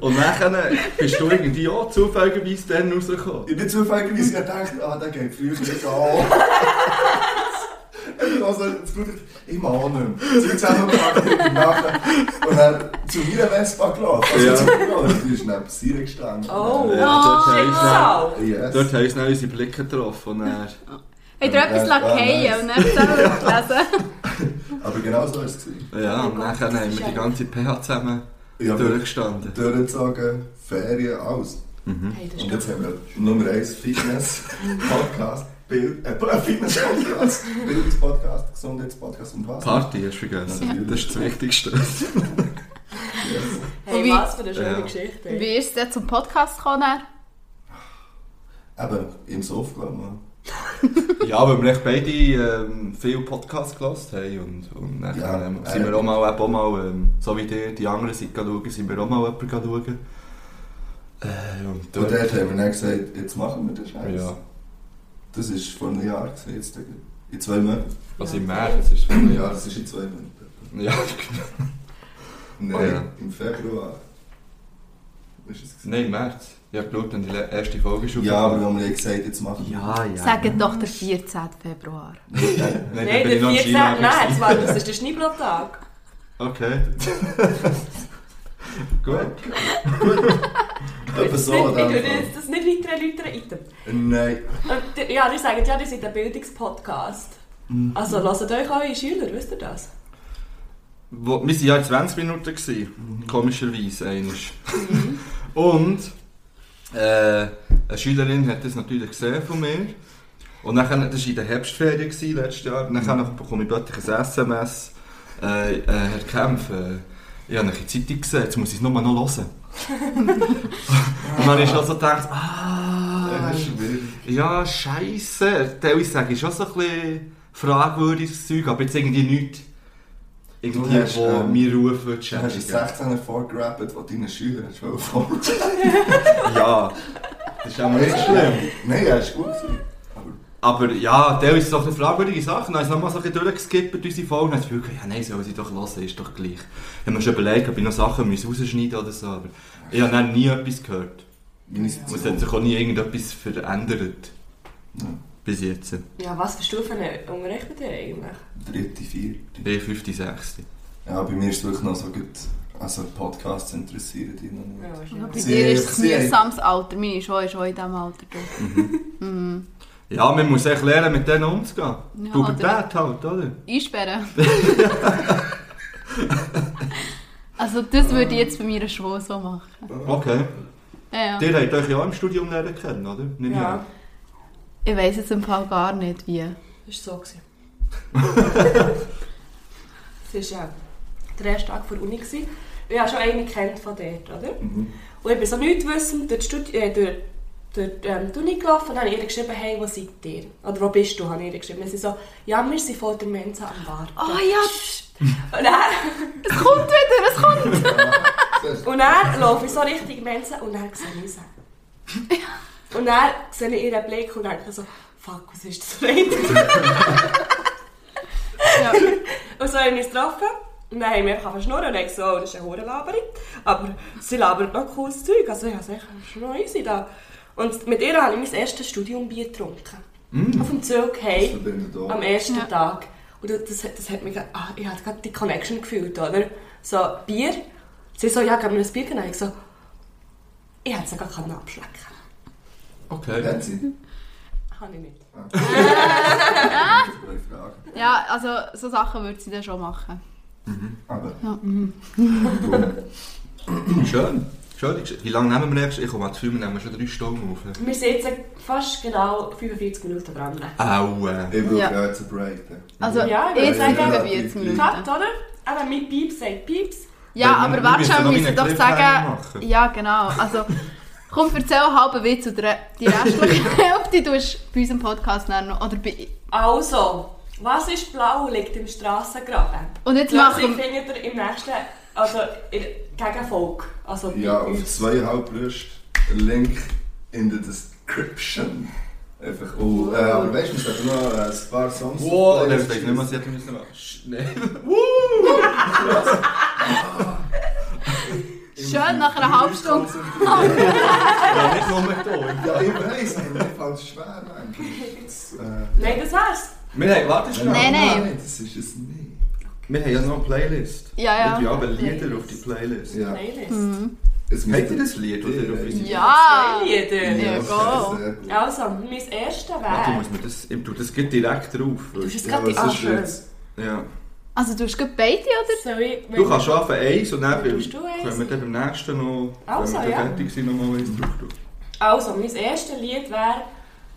S4: Und dann bist du irgendwie auch zufälligerweise dann rausgekommen.
S5: Ich bin zufällig, wie sie gedacht ah, der geht früher nicht an. Ich habe so das Gute, ich mag auch nicht mehr. Sie haben zusammengepackt und nachher. Und dann zu meiner Vespa gelaufen. Also
S4: Ja.
S5: zu mir gelaufen. Die ist neben Sire gestanden.
S2: Oh,
S4: Ja, dort habe ich
S2: Schicksal.
S5: Yes.
S4: Dort haben uns dann unsere Blicke getroffen. Und dann,
S3: Habt ihr etwas
S5: Ja,
S3: lackiert und dann zusammen gelesen?
S5: Aber genau so war es. gewesen.
S4: ja, und dann haben wir die ganze PH zusammen
S5: Ja, wir-
S4: durchgestanden. Mhm.
S5: Durchgezogen, Ferien, alles.
S2: Hey, das
S5: Und
S2: ist
S5: jetzt haben wir Nummer 1 Fitness, Podcast, Bild, äh, Fitness Podcast, Bildungspodcast, Gesundheitspodcast und was?
S4: Party hast du vergessen. Das ist das Wichtigste.
S2: hey,
S3: Wie-
S2: was für eine schöne
S4: Ja.
S2: Geschichte. ey.
S3: Wie ist es denn zum Podcast gekommen? dann?
S5: Eben, im ne? Sof, glaube ich.
S4: ja, weil wir echt beide ähm, viele Podcasts gehört haben. Und, und dann
S5: Ja,
S4: ähm,
S5: äh,
S4: sind wir auch mal, eben auch mal ähm, so wie die, die anderen sind schauen, sind wir auch mal jemanden schauen. Äh, und
S5: Und
S4: dort,
S5: dort haben wir dann gesagt, jetzt machen wir den Scheiß.
S4: ja,
S5: Das war vor einem Jahr, gewesen, jetzt in in zwei Monaten.
S4: also im März, es ist schon
S5: Ja, das ist in zwei Monaten.
S4: Ja,
S5: Nein,
S4: Oh ja.
S5: im Februar. Ist es gewesen.
S4: nein, im März. Ich habe geschaut, wenn die le- erste Folge schon
S5: Ja, aber wir haben ja gesagt, jetzt machen wir.
S4: Ja, ja. genau.
S3: Sagt doch der 14. Februar.
S4: Nein, dann
S2: Nein,
S4: bin ich
S2: der
S4: noch
S2: 14.
S4: Skifahren
S2: März,
S4: gewesen.
S2: war das ist der Schneeblotag.
S4: Okay. Gut.
S5: Etwa
S2: Ich
S5: so,
S2: würde
S5: dann.
S2: jetzt das nicht weiter erläutern. Item.
S5: Nein.
S2: Und die- Ja, die sagen ja, die sind ein Bildungspodcast. Also lasst euch eure Schüler, wisst ihr das?
S4: Wo, wir waren ja in 20 Minuten, gewesen, komischerweise einmal.
S5: Mhm.
S4: Und äh, eine Schülerin hat das natürlich gesehen von mir. Und dann, das war in der Herbstferien gewesen, letztes Jahr. Und
S5: Mhm.
S4: dann bekomme ich plötzlich ein SMS. Äh, äh, Herr Kempf, äh, ich habe eine Zeitung gesehen, jetzt muss ich es nochmal noch hören. Und dann habe ich schon so gedacht, ah,
S5: Das ist schwierig.
S4: ja, scheisse. Teilweise sage ich schon so ein bisschen fragwürdiges Zeug, aber jetzt irgendwie nichts. Irgendwie,
S5: Du hast,
S4: wo
S5: ähm,
S4: mir Ruf wird
S5: Du hast
S4: schädigen.
S5: 16 vorgerappt, die deinen Schüler hast wollen vor.
S4: Ja. Das ist auch nicht schlimm.
S5: Nein, er ist gut. gewesen. Aber
S4: Aber ja, teilweise ist es doch eine fragwürdige Sache. Dann habe ich nochmal so ein bisschen durchgeskippt, unsere Folgen. Dann habe ich das Gefühl, ja nein, sollen sie doch hören, ist doch gleich. Ich habe mir schon überlegt, ob ich noch Sachen muss rausschneiden oder so, aber ich habe dann nie etwas gehört.
S5: meine
S4: Und es hat sich auch nie irgendetwas verändert.
S5: Nein.
S4: Bis jetzt.
S2: Ja, was für Stufen unterrichtet ihr eigentlich?
S5: dritte, vierte.
S4: B, 5, 6.
S5: Ja, bei mir ist es wirklich noch so gut. Also Podcasts interessieren dich noch nicht.
S2: Ja,
S3: Ja, bei
S2: wahrscheinlich.
S3: dir ist es ein
S5: Sie-
S3: mühsames Alter. Meine Schwester ist auch in diesem Alter. drin.
S4: Mhm. Ja, man muss echt lernen, mit denen umzugehen.
S3: Ja,
S4: Pubertät halt, oder?
S3: Einsperren. also das würde ich jetzt bei meiner Schwester so machen.
S4: Okay.
S3: Ja, ja.
S4: Ihr habt euch ja auch im Studium lernen kennen, oder? Nicht
S2: Ja,
S3: Ich weiss jetzt im Fall gar nicht wie.
S2: das war so. gewesen. Es war ja der erste Tag vor der Uni. gewesen. Ich habe schon einen kennt von dort, oder?
S5: Mhm.
S2: Und ich bin so nichtwissend durch die, Studi äh, durch, durch, ähm, die Uni gelaufen und habe ihr geschrieben, hey, wo seid ihr? Oder wo bist du, habe ich ihr geschrieben. Und sie so, ja, wir sind vor der Mensa am Warten.
S3: Oh ja,
S2: Und dann,
S3: es kommt wieder, es kommt.
S2: Und dann laufe ich so richtig Mensen und dann sehe ich sie. Und dann sehe ich ihren Blick und denke so, fuck, was ist das für ein
S3: Ja.
S2: Und so haben wir uns getroffen und dann haben wir einfach verschnurren und ich so, oh, das ist eine Hurenlaberin. Aber sie labert noch cooles Zeug, also ich habe es schon noch easy da. Und mit ihr habe ich mein erstes Studiumbier getrunken.
S4: Mm.
S2: auf dem Zug
S5: Das
S2: hey,
S5: verbindet auch.
S2: am ersten
S3: Ja.
S2: Tag. Und das, hat- das hat mich, ah, ich hatte gerade die Connection gefühlt, oder? So, Bier. Sie so, ja, gib mir ein Bier genommen. Ich so, ich hätte es ja gar nicht abschlecken
S4: Okay.
S5: Hat sie?
S2: Habe ich nicht.
S5: Ah.
S2: Ah!
S5: Das ist eine gute Frage.
S3: Ja, also so Sachen würde sie dann schon machen.
S5: Aber
S4: Schön. Schöne Geschichte. Wie lange nehmen wir nächstes? Ich komme an die Filme, nehmen wir schon drei Stunden auf.
S2: Wir sind jetzt fast genau 45 Minuten dran.
S4: Au. äh.
S5: ich brauche
S3: Ja.
S5: ja jetzt einen Break. dann.
S3: Also
S2: Ja, ich
S3: jetzt
S5: würde sagen,
S3: sagen wir 40 Minuten.
S2: Cut, oder? Eben, mit Pieps sagt Pieps.
S3: Ja,
S4: Weil
S3: aber
S4: wir-
S3: warte
S4: wir
S3: schon, wir müssen
S4: müssen noch
S3: doch
S4: einen
S3: sagen...
S4: Cliffhanger machen.
S3: Ja, genau. Also, komm, erzähl einen halben Witz und re- die restliche Hälfte tust du bei unserem Podcast dann noch. Oder bei...
S2: Also, was ist blau und liegt im Strassengraben?
S3: Und jetzt
S2: Ja, sie
S3: machen wir...
S2: findet ihr im nächsten, also in der Gegenfolge. Also bei
S5: Ja, auf
S2: uns.
S5: zweieinhalb Brüste. Link in der Description. Einfach. Oh, äh, aber weißt du, es hat noch ein eh, paar Songs.
S4: Wow, der weiß nicht mehr, was ich hätte müssen machen. Schnell. Wuh!
S3: Schön, nach einer halben Stunde.
S4: Ja, nicht nur mit euch.
S5: Ja, ich weiß, aber ich fand es schwer, Mann. Das, äh,
S2: Nein, das war's.
S4: Wir haben, warte schnell.
S3: Nein, nein.
S5: Das ist es nicht.
S4: Wir haben ja noch eine Playlist.
S3: Ja, ja.
S4: Wir tun aber Lieder auf die Playlist.
S5: Ja.
S2: Playlist.
S3: Mhm.
S5: Es
S4: Habt
S5: müsste-
S4: ihr das Lied, das ihr auf unsere...
S3: Hm, Ja!
S2: Zwei Lieder.
S3: Ja. go.
S5: sehr gut.
S2: Also, mein erster
S4: Warte, du
S2: wäre.
S4: musst mir das... Ich tue das gleich direkt drauf.
S2: Du hast jetzt
S5: Ja,
S2: gerade die
S5: aber es ist
S2: Asche.
S5: jetzt-
S4: Ja.
S3: Also, du hast gerade beide, oder?
S2: Sorry,
S4: Du kannst schaffen eins und dann
S2: Tust du eins?
S4: können wir dann beim nächsten noch...
S2: Also,
S4: wenn wir
S2: ja.
S4: dann fertig sind, noch mal eins drauf tun.
S2: Also, mein erstes Lied wäre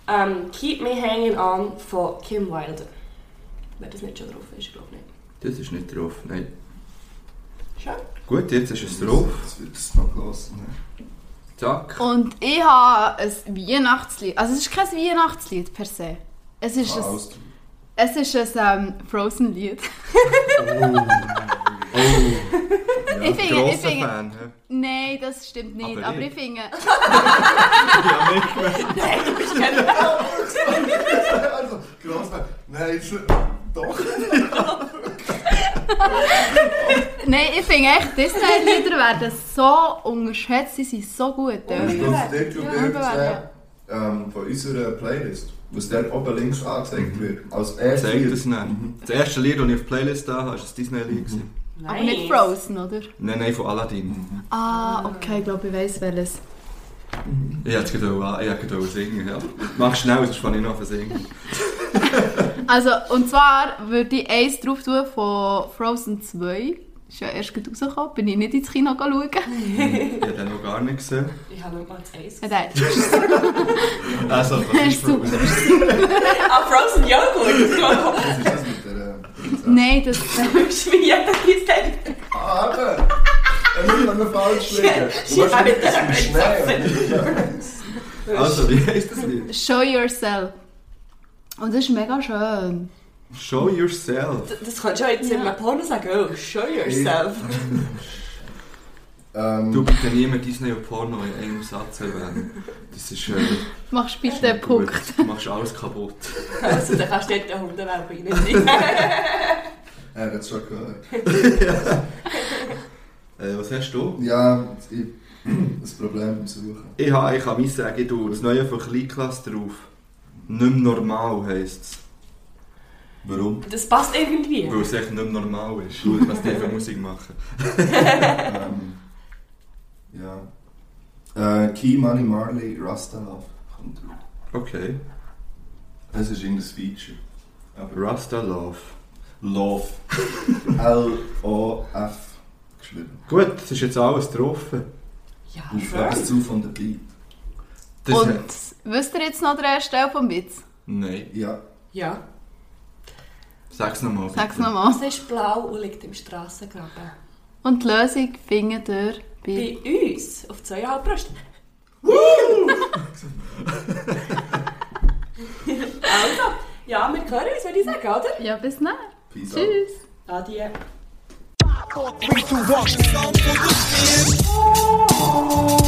S2: ähm, Keep Me Hanging On von Kim Wilder. Wenn das nicht schon drauf ist, ich glaube nicht.
S4: Das ist nicht drauf, nein.
S2: Schön.
S4: Gut, jetzt ist es drauf.
S5: Jetzt wird es noch los. Ne?
S4: Zack.
S3: Und ich habe ein Weihnachtslied. Also, es ist kein Weihnachtslied per se. Es ist ein,
S5: Ausdruck.
S3: es ist ein ähm, Frozen-Lied. ich finde, ich
S4: Oh. Grosser
S3: finde...
S4: Fan. hä?
S3: Nein, das stimmt nicht.
S4: Aber
S3: Aber
S4: ich-
S3: ich finde...
S4: Ja, nicht mehr.
S5: Also, Grossmann. Nein, jetzt, doch.
S3: Nein, ich finde echt, Disney-Lieder werden so unterschätzt. Sie sind so gut.
S5: Das ist
S3: Ja.
S5: das Lied, das wir
S3: überall,
S5: gesehen ähm, von unserer Playlist, was der oben links angezeigt wird. Als
S4: Zeig Mhm. das
S5: erstes.
S4: nicht. Das erste Lied, das ich auf die Playlist da habe, war ein Disney-Lied. gewesen.
S3: Aber nicht Frozen, oder?
S4: Nein, nein, von Aladdin.
S3: Ah, okay, ich glaube, ich weiß welches.
S4: Ich hätte es gerade auch- ich hätte gerade auch singen ja. Mach schnell, sonst fange ich noch an zu singen.
S3: Also, und zwar würde ich eins drauf tun von Frozen 2. Ist ja erst gerade rausgekommen, bin ich nicht ins Kino schauen.
S4: Ich habe den noch gar nicht gesehen.
S2: Ich habe nur mal das Eis.
S3: Ich
S2: gesehen.
S3: dachte,
S4: Also,
S3: das ist super.
S2: Ah, Frozen Joghurt!
S5: Was ist das mit der. äh,
S3: Nein, das...
S2: Du bist wie jeder Kind.
S5: Aber! Ah, Er muss lange falsch liegen.
S2: Sie haben mit der
S4: also, wie heisst das Lied?
S3: Show Yourself. Und das ist mega schön.
S4: Show Yourself.
S2: Das kannst du ja jetzt in einem Porno sagen. Oh, show yourself.
S4: Du
S5: Ähm,
S4: bitte niemand Disney und Porno in einem Satz erwähnen. Das ist äh,
S3: Machst bitte den
S4: gut.
S3: Punkt.
S4: Du machst alles kaputt.
S2: Also, dann kannst du dort den Hundewerbe reinziehen.
S5: er hat es schon gehört.
S4: Äh, was hast du?
S5: Ja, ich, das Problem beim Suchen.
S4: Ich, habe, ich kann mich sagen, ich tue das neue von Kleinklasse drauf. Nicht mehr normal heisst es. Warum?
S2: Das passt irgendwie.
S4: Weil es echt nicht mehr normal ist, was die für Musik machen.
S5: Ähm, ja. Äh, Key Money Marley Rasta Love kommt drauf.
S4: Okay.
S5: Das ist irgendein Feature. Aber
S4: Rasta Love.
S5: Love. L-O-F. Geschrieben.
S4: Gut, es ist jetzt alles getroffen.
S2: Ja,
S5: Du schlägst zu von der Beat.
S4: Das
S3: Und wisst ihr jetzt noch den ersten Teil vom Witz?
S4: Nein.
S5: Ja.
S2: Ja.
S4: Sag's nochmal.
S3: Sag's
S4: bitte.
S3: nochmal.
S2: Es ist blau und liegt im Strassengraben.
S3: Und die Lösung findet ihr bei...
S2: Bei uns auf zweieinhalb Brust. also, ja, wir hören uns, würde ich sagen, oder?
S3: Ja, bis dann.
S5: Peace out.
S3: Tschüss.
S2: Adieu.
S6: Three, two, one.